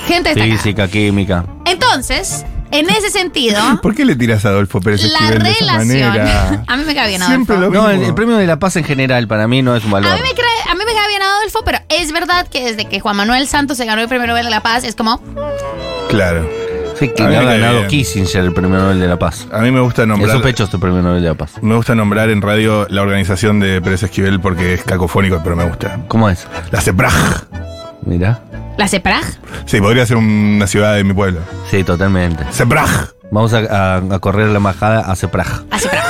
Speaker 3: Gente destacada.
Speaker 10: física, química.
Speaker 3: Entonces, en ese sentido,
Speaker 2: ¿Por qué le tiras a Adolfo Pérez
Speaker 3: Eh, ¿ah? la
Speaker 2: Esquivel de esa
Speaker 3: relación...
Speaker 2: manera?
Speaker 3: A mí me cae bien Adolfo.
Speaker 2: Siempre lo mismo.
Speaker 10: No, el, el premio de la paz en general para mí no es un
Speaker 3: A
Speaker 10: valor.
Speaker 3: mí, me cae, a mí me cae bien Adolfo, pero es verdad que desde que Juan Manuel Santos se ganó el premio Nobel de la Paz, es como,
Speaker 2: Claro.
Speaker 10: Sí, que
Speaker 2: A mí
Speaker 10: le ha
Speaker 2: me cae
Speaker 10: ganado
Speaker 2: bien.
Speaker 10: Kissinger el premio Nobel de la paz.
Speaker 2: A mí me gusta
Speaker 10: Es
Speaker 2: nombrar.
Speaker 10: sospechoso el premio Nobel de la paz.
Speaker 2: Me gusta nombrar en radio la organización de Pérez Esquivel porque es cacofónico, pero me gusta.
Speaker 10: ¿Cómo es?
Speaker 2: La CEPRAJ.
Speaker 10: Mirá.
Speaker 3: ¿la separaj?
Speaker 2: Sí, podría ser una ciudad de mi pueblo.
Speaker 10: Sí, totalmente.
Speaker 2: CEPRAJ.
Speaker 10: Vamos a, a- a correr la majada a Cepraj.
Speaker 3: Así pero.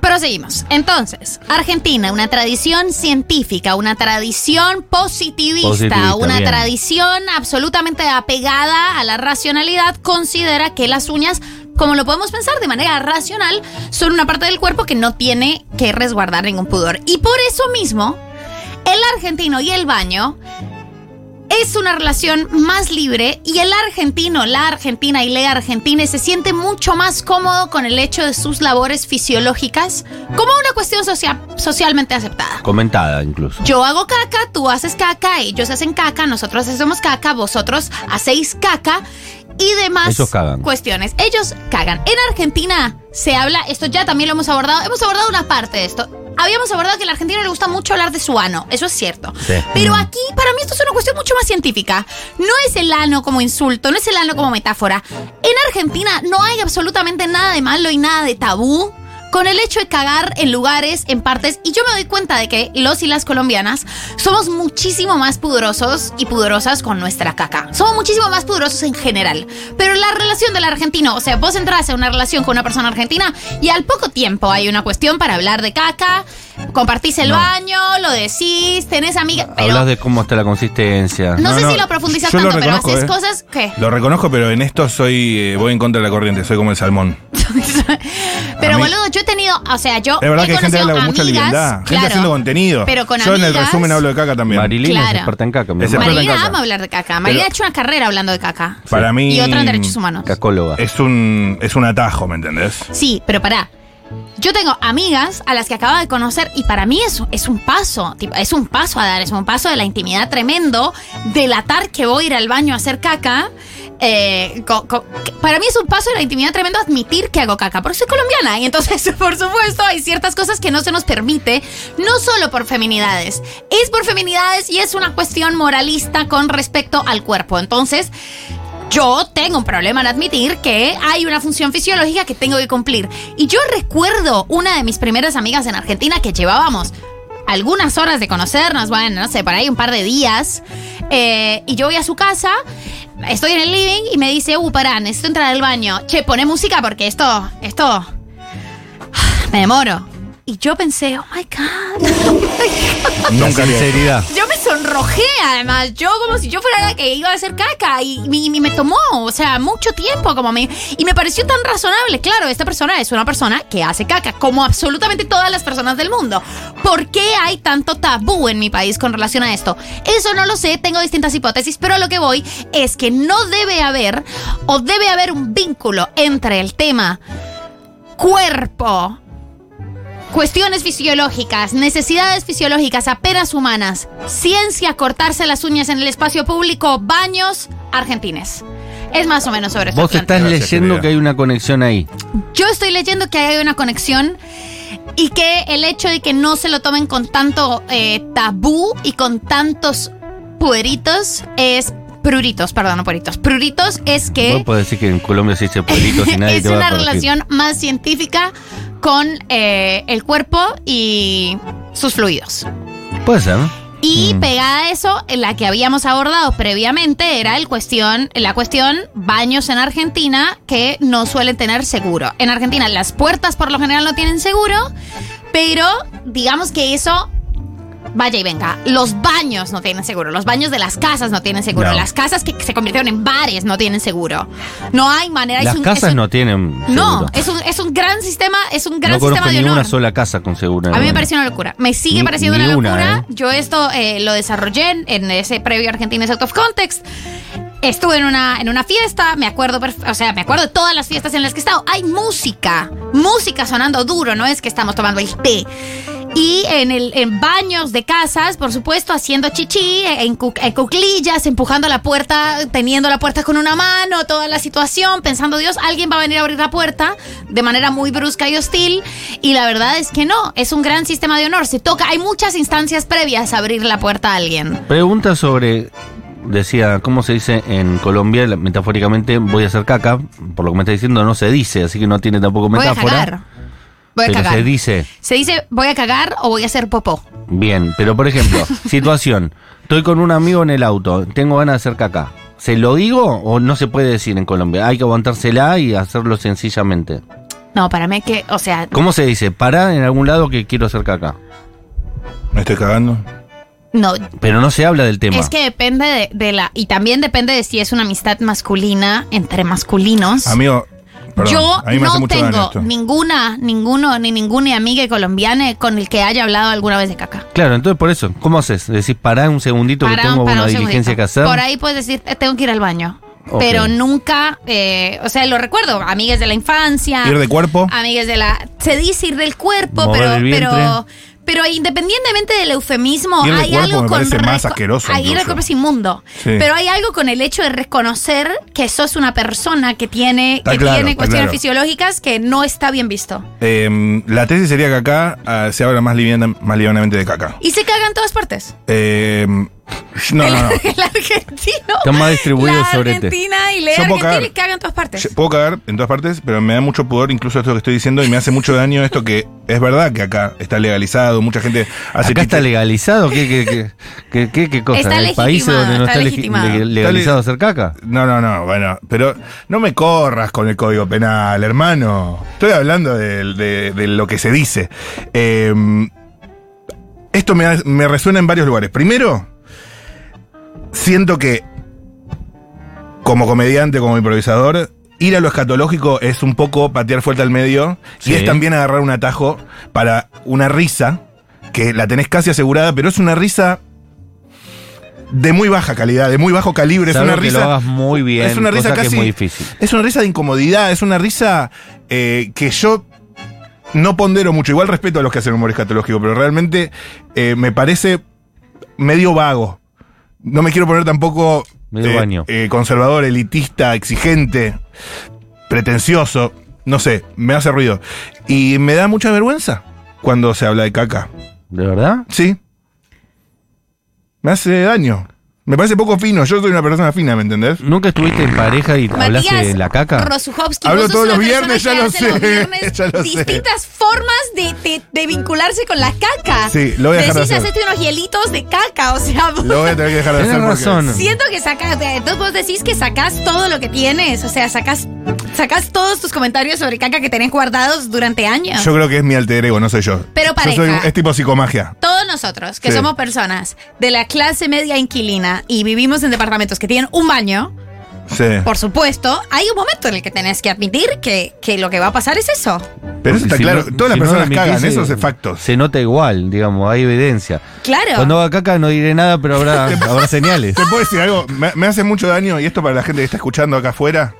Speaker 3: Proseguimos. Entonces, Argentina, una tradición científica, una tradición positivista,
Speaker 10: Positivista,
Speaker 3: una
Speaker 10: bien.
Speaker 3: tradición absolutamente apegada a la racionalidad, considera que las uñas, como lo podemos pensar de manera racional, son una parte del cuerpo que no tiene que resguardar ningún pudor. Y por eso mismo, el argentino y el baño es una relación más libre y el argentino, la argentina y la argentina se siente mucho más cómodo con el hecho de sus labores fisiológicas como una cuestión socia- socialmente aceptada.
Speaker 10: Comentada incluso.
Speaker 3: Yo hago caca, tú haces caca, ellos hacen caca, nosotros hacemos caca, vosotros hacéis caca y demás
Speaker 10: Ellos cagan.
Speaker 3: cuestiones. Ellos cagan. En Argentina se habla, esto ya también lo hemos abordado, hemos abordado una parte de esto. Habíamos abordado que a la Argentina le gusta mucho hablar de su ano, eso es cierto.
Speaker 10: Sí. Mm.
Speaker 3: Pero aquí, para mí, esto es una cuestión mucho más científica. No es el ano como insulto, no es el ano como metáfora. En Argentina no hay absolutamente nada de malo y nada de tabú con el hecho de cagar en lugares, en partes. Y yo me doy cuenta de que los y las colombianas somos muchísimo más pudorosos y pudorosas con nuestra caca. Somos muchísimo más pudorosos en general. Pero la relación del argentino, o sea, vos entras en una relación con una persona argentina y al poco tiempo hay una cuestión para hablar de caca, compartís el baño, lo decís, tenés amigas. Pero
Speaker 10: Hablas de cómo está la consistencia.
Speaker 3: no,
Speaker 2: No,
Speaker 3: sé
Speaker 2: no,
Speaker 3: si lo profundizas
Speaker 2: yo lo
Speaker 3: tanto, pero
Speaker 2: reconozco,
Speaker 3: haces
Speaker 2: eh.
Speaker 3: cosas que.
Speaker 2: Lo reconozco, pero en esto soy eh, voy en contra de la corriente, soy como el salmón.
Speaker 3: Pero
Speaker 2: mí-
Speaker 3: boludo, yo he tenido, o sea, yo
Speaker 2: Es verdad
Speaker 3: he
Speaker 2: que hay gente que habla con
Speaker 3: conocido
Speaker 2: mucha
Speaker 3: amigas,
Speaker 2: liviandad, gente
Speaker 3: claro,
Speaker 2: haciendo contenido.
Speaker 3: Pero con
Speaker 2: Yo en el
Speaker 3: amigas-
Speaker 2: resumen hablo de caca también.
Speaker 10: Marilina
Speaker 3: Claro.
Speaker 10: es experta en caca, mi
Speaker 2: Es
Speaker 10: hermano.
Speaker 2: experta en
Speaker 3: Marina
Speaker 2: caca.
Speaker 3: ama hablar de caca. Marina ha hecho una carrera hablando de caca.
Speaker 2: Para mí
Speaker 3: Y otra en derechos humanos.
Speaker 10: Cacóloga.
Speaker 2: es un es un atajo, ¿me entendés?
Speaker 3: Sí, pero pará. Yo tengo amigas a las que acabo de conocer y para mí eso es un paso, tipo, es un paso a dar, es un paso de la intimidad tremendo, delatar que voy a ir al baño a hacer caca. eh, co- co- que- para mí es un paso de la intimidad tremendo admitir que hago caca, porque soy colombiana y entonces, por supuesto, hay ciertas cosas que no se nos permite, no solo por feminidades, es por feminidades y es una cuestión moralista con respecto al cuerpo. Entonces, yo tengo un problema en admitir que hay una función fisiológica que tengo que cumplir. Y yo recuerdo una de mis primeras amigas en Argentina que llevábamos algunas horas de conocernos, bueno, no sé, por ahí un par de días. eh, y yo voy a su casa, estoy en el living y me dice, uh, pará, necesito entrar al baño. Che, pone música porque esto, esto, me demoro. y yo pensé, oh my God.
Speaker 1: La
Speaker 2: Nunca había-
Speaker 1: sinceridad.
Speaker 3: Yo me sonrojé, además. Yo, como si yo fuera la que iba a hacer caca. Y, y- y me tomó, o sea, mucho tiempo. como me, Y me pareció tan razonable. Claro, esta persona es una persona que hace caca, como absolutamente todas las personas del mundo. ¿Por qué hay tanto tabú en mi país con relación a esto? Eso no lo sé, tengo distintas hipótesis, pero a lo que voy es que no debe haber, o debe haber un vínculo entre el tema cuerpo Cuestiones fisiológicas, necesidades fisiológicas apenas humanas, ciencia, cortarse las uñas en el espacio público, baños, argentines. Es más o menos sobre eso.
Speaker 1: Vos estás
Speaker 2: Gracias,
Speaker 1: leyendo
Speaker 2: querida.
Speaker 1: que hay una conexión ahí.
Speaker 3: Yo estoy leyendo que hay una conexión y que el hecho de que no se lo tomen con tanto eh, tabú y con tantos pueritos es... Pruritos, perdón, no pueritos. Pruritos es que...
Speaker 1: Vos podés decir que en Colombia se dice pueblito y nadie
Speaker 3: es
Speaker 1: te va
Speaker 3: una
Speaker 1: a corregir.
Speaker 3: relación más científica con eh, el cuerpo y sus fluidos.
Speaker 1: Puede ser. ¿no? Mm.
Speaker 3: Y pegada a eso, en la que habíamos abordado previamente era el cuestión, la cuestión baños en Argentina que no suelen tener seguro. En Argentina las puertas por lo general no tienen seguro, pero digamos que eso Vaya y venga, los baños no tienen seguro, los baños de las casas no tienen seguro,
Speaker 1: No.
Speaker 3: las casas que se convirtieron en bares no tienen seguro. No hay manera es
Speaker 1: Las
Speaker 3: un- es
Speaker 1: casas
Speaker 3: un-
Speaker 1: no tienen.
Speaker 3: no,
Speaker 1: seguro.
Speaker 3: es un, es un gran sistema, es un gran
Speaker 1: no
Speaker 3: sistema
Speaker 1: conozco
Speaker 3: de
Speaker 1: ni
Speaker 3: honor.
Speaker 1: una sola casa con seguro. en
Speaker 3: A mí me
Speaker 1: el
Speaker 3: pareció una locura. Me sigue
Speaker 1: Ni-
Speaker 3: pareciendo
Speaker 1: ni
Speaker 3: una
Speaker 1: una,
Speaker 3: locura.
Speaker 1: ¿eh?
Speaker 3: Yo esto eh, lo desarrollé en, en ese previo Argentina Out of Context. Estuve en una, en una fiesta, me acuerdo, perf- o sea, me acuerdo de todas las fiestas en las que he estado. Hay música, música sonando duro, no es que estamos tomando el té. Y en, el, en baños de casas, por supuesto, haciendo chichi, en, cu- en cuclillas, empujando la puerta, teniendo la puerta con una mano, toda la situación, pensando, Dios, alguien va a venir a abrir la puerta de manera muy brusca y hostil. Y la verdad es que no, es un gran sistema de honor. Se toca, hay muchas instancias previas a abrir la puerta a alguien.
Speaker 1: Pregunta sobre, decía, ¿cómo se dice en Colombia? La- Metafóricamente, voy a hacer caca. Por lo que me está diciendo, no se dice, así que no tiene tampoco
Speaker 3: Voy a
Speaker 1: metáfora.
Speaker 3: cagar. Voy a
Speaker 1: pero se
Speaker 3: cagar.
Speaker 1: dice,
Speaker 3: Se dice, voy a cagar o voy a hacer popó.
Speaker 1: bien. Pero por ejemplo, situación: estoy con un amigo en el auto, tengo ganas de hacer caca. ¿Se lo digo o no se puede decir en Colombia? Hay que aguantársela y hacerlo sencillamente.
Speaker 3: No, para mí que, o sea,
Speaker 1: ¿Cómo se dice? Para en algún lado que quiero hacer caca.
Speaker 2: Me estoy cagando.
Speaker 3: no,
Speaker 1: Pero no se habla del tema.
Speaker 3: Es que depende de, de la. Y también depende de si es una amistad masculina entre masculinos.
Speaker 2: Amigo, perdón,
Speaker 3: Yo
Speaker 2: a mí me hace
Speaker 3: no
Speaker 2: mucho daño
Speaker 3: tengo
Speaker 2: esto.
Speaker 3: ninguna, ninguno, ni ninguna amiga colombiana con el que haya hablado alguna vez de caca.
Speaker 1: Claro, entonces por eso, ¿cómo haces? Decís, pará un segundito que
Speaker 3: Para-
Speaker 1: tengo
Speaker 3: para
Speaker 1: una
Speaker 3: un
Speaker 1: diligencia
Speaker 3: segundito.
Speaker 1: que hacer.
Speaker 3: Por ahí puedes decir, "Eh, tengo que ir al baño.
Speaker 1: Ok.
Speaker 3: Pero nunca, eh, o sea, lo recuerdo, amigas de la infancia.
Speaker 2: Ir de cuerpo.
Speaker 3: Amigas de la. Se dice ir del cuerpo,
Speaker 1: Mover
Speaker 3: pero,
Speaker 1: el vientre.
Speaker 3: pero. Pero independientemente del eufemismo,
Speaker 2: Ir del
Speaker 3: hay
Speaker 2: cuerpo
Speaker 3: algo
Speaker 2: me
Speaker 3: con.
Speaker 2: parece más
Speaker 3: reco-
Speaker 2: asqueroso
Speaker 3: hay- ir del
Speaker 2: incluso.
Speaker 3: cuerpo es inmundo.
Speaker 2: Sí.
Speaker 3: Pero hay algo con el hecho de reconocer que sos una persona que tiene,
Speaker 2: Está
Speaker 3: que
Speaker 2: claro,
Speaker 3: tiene
Speaker 2: está
Speaker 3: cuestiones
Speaker 2: claro.
Speaker 3: fisiológicas que no está bien visto.
Speaker 2: Eh, la tesis sería que acá ah, se habla más, liviana, más livianamente de caca.
Speaker 3: Y se caga en todas partes.
Speaker 2: Eh, no, no, no.
Speaker 3: El argentino.
Speaker 1: Está más distribuido
Speaker 3: la
Speaker 1: el sobrete.
Speaker 3: Argentina y la
Speaker 2: este. Yo puedo
Speaker 3: Argentina
Speaker 2: cagar.
Speaker 3: y caga en todas partes.
Speaker 2: Yo Puedo cagar en todas partes, pero me da mucho pudor incluso esto que estoy diciendo y me hace mucho daño esto que es verdad que acá está legalizado, mucha gente hace
Speaker 1: este. ¿Acá está
Speaker 2: chiste-
Speaker 1: legalizado? ¿Qué, qué, qué, qué, qué- qué cosa?
Speaker 3: Está
Speaker 1: ¿El país
Speaker 3: legitimado,
Speaker 1: donde no
Speaker 3: está
Speaker 1: está, legi-
Speaker 3: legitimado.
Speaker 1: le- legalizado hacer caca?
Speaker 2: No, no, no, bueno, pero no me corras con el código penal, hermano. Estoy hablando de, de- de lo que se dice. Eh, esto me, me resuena en varios lugares. Primero, siento que como comediante, como improvisador, ir a lo escatológico es un poco patear fuerte al medio
Speaker 1: Sí.
Speaker 2: y es también agarrar un atajo para una risa que la tenés casi asegurada, pero es una risa de muy baja calidad, de muy bajo calibre, es
Speaker 1: Salvo
Speaker 2: una
Speaker 1: que lo
Speaker 2: risa
Speaker 1: hagas muy bien,
Speaker 2: es una risa
Speaker 1: cosa que es
Speaker 2: casi-
Speaker 1: muy difícil.
Speaker 2: es una risa de incomodidad, es una risa eh, que yo no pondero mucho. Igual respeto a los que hacen humor escatológico, pero realmente eh, me parece medio vago. No me quiero poner tampoco
Speaker 1: Medio
Speaker 2: eh,
Speaker 1: baño.
Speaker 2: eh, conservador, elitista, exigente, pretencioso. No sé, me hace ruido. Y me da mucha vergüenza cuando se habla de caca.
Speaker 1: ¿De verdad?
Speaker 2: Sí. Me hace daño. Me parece poco fino. Yo soy una persona fina, ¿me entendés?
Speaker 1: ¿Nunca estuviste en pareja y hablaste
Speaker 3: Matías
Speaker 1: de la caca?
Speaker 3: Rosuchowski,
Speaker 2: Hablo
Speaker 3: vos sos
Speaker 2: todos
Speaker 3: una
Speaker 2: los
Speaker 3: persona
Speaker 2: viernes,
Speaker 3: que
Speaker 2: ya lo
Speaker 3: hace los
Speaker 2: sé,
Speaker 3: viernes
Speaker 2: ya lo sé.
Speaker 3: distintas formas de, de- de vincularse con la caca.
Speaker 2: Sí, lo voy a dejar de
Speaker 3: Decís,
Speaker 2: hacer.
Speaker 3: hacete unos hielitos de caca, o sea, vos-
Speaker 2: Lo voy a tener que dejar de
Speaker 1: Tenés
Speaker 2: hacer porque...
Speaker 1: razón.
Speaker 3: siento que sacas, eh, entonces vos decís que sacás todo lo que tienes, o sea, sacás, sacás todos tus comentarios sobre caca que tenés guardados durante años.
Speaker 2: Yo creo que es mi alter ego, no soy yo.
Speaker 3: Pero
Speaker 2: Yo soy-
Speaker 3: pareja.
Speaker 2: es tipo psicomagia.
Speaker 3: todos nosotros, que
Speaker 2: Sí.
Speaker 3: somos personas de la clase media inquilina y vivimos en departamentos que tienen un baño,
Speaker 2: Sí.
Speaker 3: por supuesto, hay un momento en el que tenés que admitir que, que lo que va a pasar es eso.
Speaker 2: Pero
Speaker 1: Porque
Speaker 2: eso está
Speaker 1: si
Speaker 2: claro.
Speaker 1: no- eh,
Speaker 2: Todas las
Speaker 1: si no
Speaker 2: personas
Speaker 1: admitís,
Speaker 2: cagan,
Speaker 1: se-
Speaker 2: eso es facto.
Speaker 1: Se nota igual, digamos, hay evidencia.
Speaker 3: Claro.
Speaker 1: Cuando haga caca no diré nada, pero habrá, habrá señales.
Speaker 2: ¿Te puedo decir algo? Me, me hace mucho daño, y esto para la gente que está escuchando acá afuera,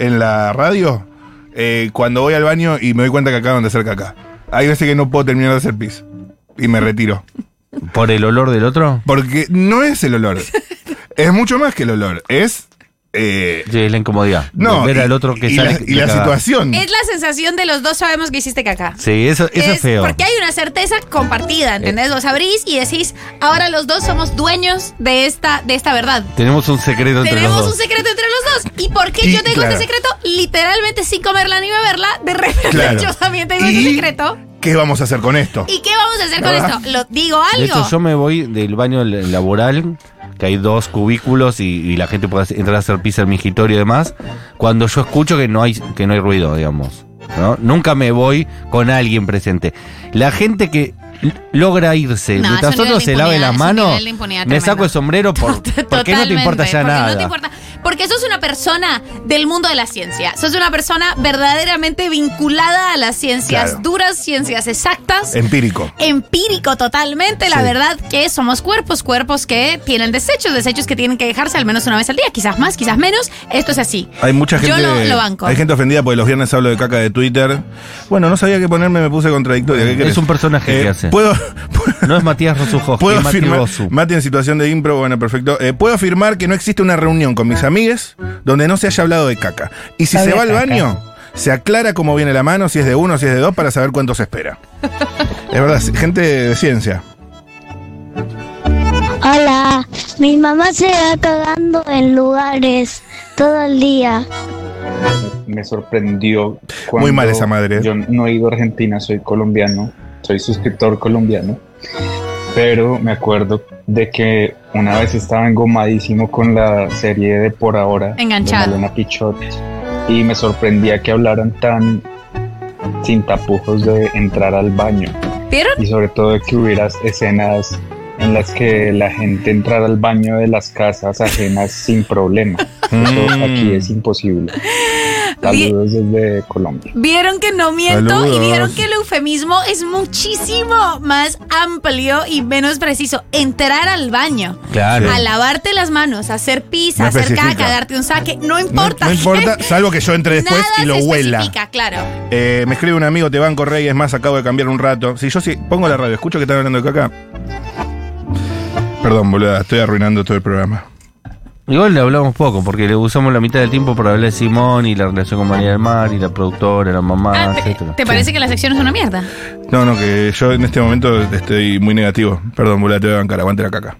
Speaker 2: en la radio, eh, cuando voy al baño y me doy cuenta que acaban de hacer caca. Hay veces que no puedo terminar de hacer pis. Y me retiro.
Speaker 1: ¿Por el olor del otro?
Speaker 2: Porque no es el olor. es mucho más que el olor. Es. eh,
Speaker 1: Sí, es la incomodidad.
Speaker 2: no.
Speaker 1: Ver
Speaker 2: y-
Speaker 1: al otro que
Speaker 2: y
Speaker 1: sale.
Speaker 2: la- y
Speaker 1: de
Speaker 2: la,
Speaker 1: cagar.
Speaker 2: situación.
Speaker 3: Es la sensación de los dos sabemos que hiciste caca.
Speaker 1: Sí, eso, eso es, feo. Eh.
Speaker 3: Porque hay una certeza compartida, ¿entendés? Vos abrís y decís, ahora los dos somos dueños de esta, de esta verdad.
Speaker 1: Tenemos un secreto entre
Speaker 3: Tenemos
Speaker 1: los dos.
Speaker 3: un secreto entre los dos. ¿Y por qué
Speaker 2: Y,
Speaker 3: yo tengo
Speaker 2: claro.
Speaker 3: este secreto? Literalmente sin comerla ni beberla, de repente
Speaker 2: Claro.
Speaker 3: yo también tengo
Speaker 2: Y-
Speaker 3: ese secreto.
Speaker 2: ¿Qué vamos a hacer con esto?
Speaker 3: ¿Y qué vamos a hacer con
Speaker 2: ¿Verdad?
Speaker 3: esto? ¿Lo digo
Speaker 1: Ah. De
Speaker 3: algo?
Speaker 1: hecho, yo me voy del baño l- laboral, que hay dos cubículos y, y la gente puede hacer- entrar a hacer pis al mingitorio y demás, cuando yo escucho que no hay, que no hay ruido, digamos. ¿no? Nunca me voy con alguien presente. La gente que l- logra irse
Speaker 3: No,
Speaker 1: mientras
Speaker 3: es un nivel
Speaker 1: otro
Speaker 3: de
Speaker 1: se lave
Speaker 3: impunidad,
Speaker 1: las
Speaker 3: es un
Speaker 1: manos,
Speaker 3: nivel de impunidad
Speaker 1: me
Speaker 3: tremendo.
Speaker 1: saco el sombrero por, porque no te importa
Speaker 3: Totalmente,
Speaker 1: ya
Speaker 3: porque
Speaker 1: nada.
Speaker 3: No te importa. Porque sos una persona del mundo de la ciencia. Sos una persona verdaderamente vinculada a las ciencias
Speaker 2: Claro.
Speaker 3: duras, ciencias exactas.
Speaker 2: Empírico.
Speaker 3: empírico totalmente, la
Speaker 2: Sí.
Speaker 3: verdad que somos cuerpos, cuerpos que tienen desechos, desechos que tienen que dejarse al menos una vez al día, quizás más, quizás menos. Esto es así.
Speaker 2: Hay mucha gente.
Speaker 3: Yo lo, lo banco.
Speaker 2: Hay gente ofendida porque los viernes hablo de caca de Twitter. Bueno, no sabía qué ponerme, me puse contradictoria. ¿Qué querés? Eh,
Speaker 1: Es un personaje que hace.
Speaker 2: Puedo.
Speaker 1: No es Matías Rosujo,
Speaker 2: Puedo
Speaker 1: es Mati
Speaker 2: afirmar,
Speaker 1: Rosu.
Speaker 2: Mati en situación de impro, bueno, perfecto. Eh, puedo afirmar que no existe una reunión con mis amigues donde no se haya hablado de caca. Y si se va al baño, se aclara cómo viene la mano, si es de uno, si es de dos, para saber cuánto se espera. es verdad, gente de ciencia.
Speaker 4: Hola, mi mamá se va cagando en lugares todo el día.
Speaker 9: Me sorprendió. cuando
Speaker 2: Muy mal esa madre. ¿eh?
Speaker 9: Yo no he ido a Argentina, soy colombiano, soy suscriptor colombiano. Pero me acuerdo de que una vez estaba engomadísimo con la serie de Por Ahora. de
Speaker 3: Enganchado.
Speaker 9: Malena Pichot. Y me sorprendía que hablaran tan sin tapujos de entrar al baño.
Speaker 3: ¿Vieron?
Speaker 9: y sobre todo que hubiera escenas en las que la gente entrara al baño de las casas ajenas sin problema. Eso
Speaker 2: Mm.
Speaker 9: aquí es imposible. Saludos desde Colombia.
Speaker 3: Vieron que no miento y
Speaker 2: Saludos.
Speaker 3: vieron que el eufemismo es muchísimo más amplio y menos preciso. Entrar al baño,
Speaker 1: Claro.
Speaker 3: a lavarte las manos, a hacer pis,
Speaker 2: No
Speaker 3: a hacer
Speaker 2: especifica.
Speaker 3: caca, a darte un saque, no
Speaker 2: No,
Speaker 3: importa.
Speaker 2: no importa, salvo que yo entre después
Speaker 3: Nada
Speaker 2: y lo
Speaker 3: se
Speaker 2: huela.
Speaker 3: especifica, claro.
Speaker 2: Eh, me escribe un amigo, te banco rey, es más, acabo de cambiar un rato. Si yo sí, pongo la radio, escucho que están hablando de caca. Perdón, boluda, estoy arruinando todo el programa.
Speaker 1: Igual le hablamos poco, porque le usamos la mitad del tiempo para hablar de Simón y la relación con María del Mar y la productora, la mamá,
Speaker 3: Ah, ¿te,
Speaker 1: etcétera.
Speaker 3: te parece que la sección es una mierda?
Speaker 2: No, no, que yo en este momento estoy muy negativo. Perdón, boluda, te voy a bancar, aguante la caca.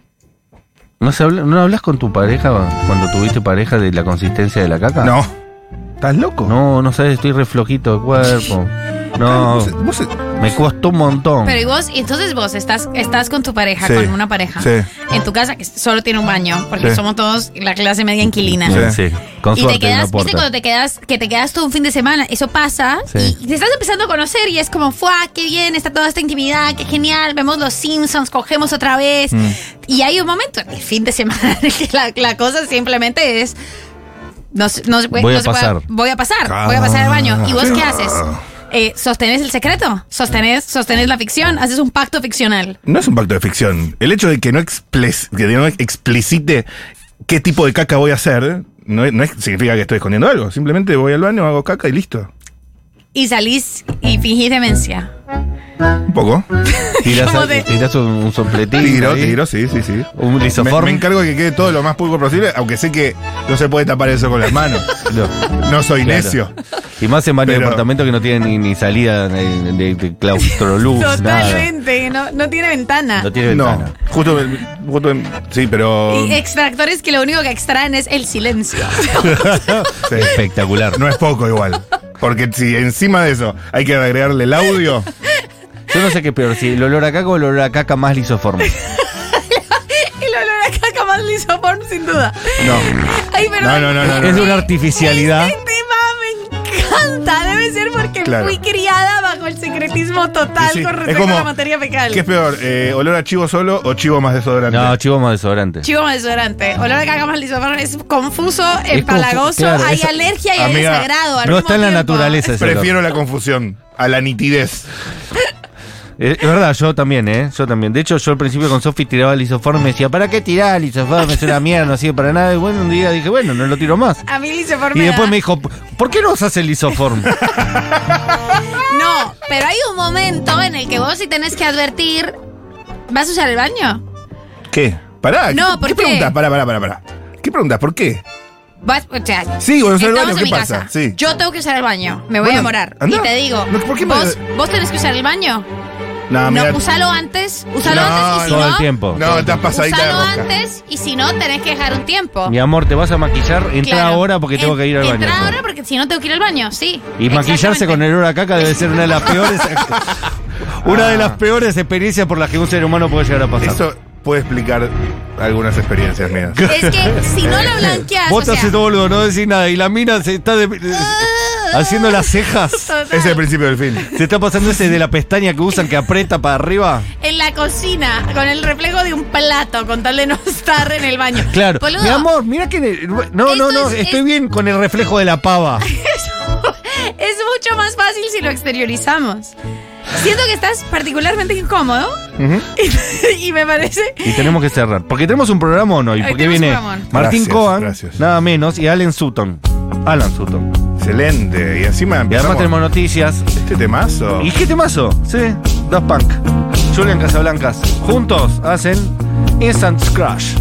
Speaker 1: ¿No, se habla- ¿No hablas con tu pareja cuando tuviste pareja de la consistencia de la
Speaker 3: Ah.
Speaker 1: caca?
Speaker 2: No. ¿Estás loco?
Speaker 1: No, no sabes, estoy re flojito de cuerpo. No,
Speaker 2: Ah, Vos- vos- eh,
Speaker 1: me costó un montón.
Speaker 3: Pero y vos, y entonces vos estás, estás con tu pareja,
Speaker 2: Ah. Sí,
Speaker 3: con una pareja,
Speaker 2: sí.
Speaker 3: en tu casa que solo tiene un baño, porque
Speaker 2: Sí.
Speaker 3: somos todos la clase media inquilina.
Speaker 1: Sí, sí, con
Speaker 3: y
Speaker 1: suerte
Speaker 3: te quedas,
Speaker 1: no
Speaker 3: viste cuando
Speaker 1: aporta.
Speaker 3: te quedas, que te quedas todo un fin de semana, eso pasa,
Speaker 1: Sí.
Speaker 3: y te estás empezando a conocer y es como, ¡fuah, qué bien! Está toda esta intimidad, qué genial, vemos los Simpsons, cogemos otra vez.
Speaker 1: Mm.
Speaker 3: Y hay un momento, el fin de semana, en el que la, la cosa simplemente es, no, se- no se puede-
Speaker 1: Voy
Speaker 3: no
Speaker 1: a
Speaker 3: se puede-
Speaker 1: pasar.
Speaker 3: voy a pasar, voy a pasar al baño. ¿Y vos qué haces?
Speaker 2: Ah.
Speaker 3: Eh, ¿Sostenés el secreto? ¿Sostenés, sostenés la ficción? ¿Haces un pacto ficcional?
Speaker 2: No es un pacto de ficción. El hecho de que no, exples- que no explicite qué tipo de caca voy a hacer, no, es- no es- significa que estoy escondiendo algo. Simplemente voy al baño, hago caca y listo.
Speaker 3: Y salís y fingís demencia.
Speaker 2: Un poco.
Speaker 1: Tirás,
Speaker 3: Como de-
Speaker 1: tirás un, un sopletín.
Speaker 2: Tiro,
Speaker 1: ahí,
Speaker 2: tiro, sí, sí, sí.
Speaker 1: Un
Speaker 2: Me,
Speaker 1: lisoform.
Speaker 2: me encargo de que quede todo lo más pulcro posible, aunque sé que no se puede tapar eso con las manos.
Speaker 1: No,
Speaker 2: No soy
Speaker 1: claro.
Speaker 2: necio.
Speaker 1: Y más en varios
Speaker 2: Pero-
Speaker 1: departamentos que no tienen ni, ni salida de, de- de claustroluz, nada.
Speaker 3: Totalmente, no, no tiene ventana.
Speaker 1: No tiene ventana.
Speaker 2: No, justo, justo en- sí, pero
Speaker 3: Y extractores que lo único que extraen es el silencio.
Speaker 2: sí,
Speaker 1: Espectacular.
Speaker 2: no es poco igual. Porque si encima de eso hay que agregarle el audio,
Speaker 1: Yo no sé qué es peor, si el olor a caca o el olor a caca más lisoforme.
Speaker 3: el olor a caca más lisoform, sin duda.
Speaker 2: no.
Speaker 3: Ay, pero
Speaker 2: No, no, no, no, no.
Speaker 1: Es de una artificialidad.
Speaker 3: Este tema me encanta. Debe ser porque
Speaker 2: Claro.
Speaker 3: fui criada bajo el secretismo total
Speaker 2: Sí, sí.
Speaker 3: con
Speaker 2: Es
Speaker 3: respecto
Speaker 2: como-
Speaker 3: a la materia fecal.
Speaker 2: ¿Qué es peor, eh, olor a chivo solo o chivo más desodorante?
Speaker 1: No, chivo más desodorante.
Speaker 3: Chivo más desodorante. Olor a caca más lisoform es confuso,
Speaker 1: confu-
Speaker 3: empalagoso,
Speaker 1: claro,
Speaker 3: hay
Speaker 1: es-
Speaker 3: alergia y hay
Speaker 2: Amiga,
Speaker 3: desagrado. al
Speaker 1: No
Speaker 3: mismo
Speaker 1: está en la
Speaker 3: tiempo.
Speaker 1: naturaleza ese olor.
Speaker 2: Prefiero la confusión a la nitidez.
Speaker 1: Eh, Es verdad, yo también, ¿eh? Yo también. De hecho, yo al principio con Sofi tiraba el isoforme y decía, ¿para qué tirar isoforme? Es una mierda, no sirve para nada. Y bueno, un día dije, bueno, no lo tiro más.
Speaker 3: A mí lisoform
Speaker 1: Y
Speaker 3: me
Speaker 1: después
Speaker 3: da-
Speaker 1: me dijo, ¿por qué no usas el isoforme?
Speaker 3: No, pero hay un momento en el que vos si tenés que advertir, ¿vas a usar el baño?
Speaker 2: ¿Qué? Pará,
Speaker 3: No,
Speaker 2: ¿qué,
Speaker 3: ¿por
Speaker 2: qué
Speaker 3: qué?
Speaker 2: preguntas? Pará, pará, pará, pará. ¿Qué preguntas? ¿Por qué?
Speaker 3: Vas- o sea,
Speaker 2: Sí, voy a usar el
Speaker 3: estamos
Speaker 2: baño,
Speaker 3: en
Speaker 2: ¿qué
Speaker 3: mi
Speaker 2: pasa?
Speaker 3: casa.
Speaker 2: Sí.
Speaker 3: Yo tengo que usar el baño. Me voy
Speaker 2: Bueno,
Speaker 3: a morar.
Speaker 2: andá.
Speaker 3: Y te digo,
Speaker 2: No, ¿por qué me-
Speaker 3: vos, vos tenés que usar el baño.
Speaker 2: No,
Speaker 3: no,
Speaker 2: mira,
Speaker 3: usalo antes, usalo
Speaker 2: No,
Speaker 3: antes y si
Speaker 1: Todo
Speaker 3: no,
Speaker 1: el tiempo.
Speaker 2: no, estás pasadita de
Speaker 3: usalo
Speaker 2: rosca.
Speaker 3: antes y si no tenés que dejar un tiempo.
Speaker 1: Mi amor, te vas a maquillar, entra
Speaker 3: Claro.
Speaker 1: ahora porque tengo
Speaker 3: En-
Speaker 1: que ir al baño.
Speaker 3: Entra ahora porque si no tengo que ir al baño, sí.
Speaker 1: y maquillarse
Speaker 3: exactamente.
Speaker 1: con el olor a caca debe ser una de las peores. una de las peores experiencias por las que un ser humano puede llegar a pasar.
Speaker 2: Ah. Eso puede explicar algunas experiencias mías.
Speaker 3: Es que si no lo blanqueas,
Speaker 1: Vos
Speaker 3: o
Speaker 1: te
Speaker 3: sea,
Speaker 1: haces todo boludo, no decís nada. Y la mina se está de- haciendo las cejas.
Speaker 3: Ah, total.
Speaker 2: Ese es el principio del fin.
Speaker 1: Se está pasando ese de la pestaña que usan que aprieta para arriba.
Speaker 3: en la cocina con el reflejo de un plato con tal de no estar en el baño.
Speaker 1: Claro.
Speaker 3: Boludo,
Speaker 1: Mi amor, mira que. No, no,
Speaker 3: Eso
Speaker 1: no.
Speaker 3: es-
Speaker 1: estoy
Speaker 3: es-
Speaker 1: bien con el reflejo de la pava.
Speaker 3: es mucho más fácil si lo exteriorizamos. Siento que estás particularmente incómodo y, me parece
Speaker 1: Y tenemos que cerrar. Porque tenemos un programa hoy.
Speaker 3: Ay,
Speaker 1: Porque
Speaker 3: tenemos
Speaker 1: viene
Speaker 3: un programón.
Speaker 1: Martín
Speaker 2: Gracias,
Speaker 1: Cohen,
Speaker 2: gracias.
Speaker 1: nada menos, y Alan Sutton. Alan Sutton.
Speaker 2: Excelente. Y encima
Speaker 1: Y además
Speaker 2: empezamos
Speaker 1: tenemos noticias.
Speaker 2: este temazo.
Speaker 1: ¿Y qué temazo? Sí, Daft Punk. Julian Casablancas. Juntos hacen Instant Crush.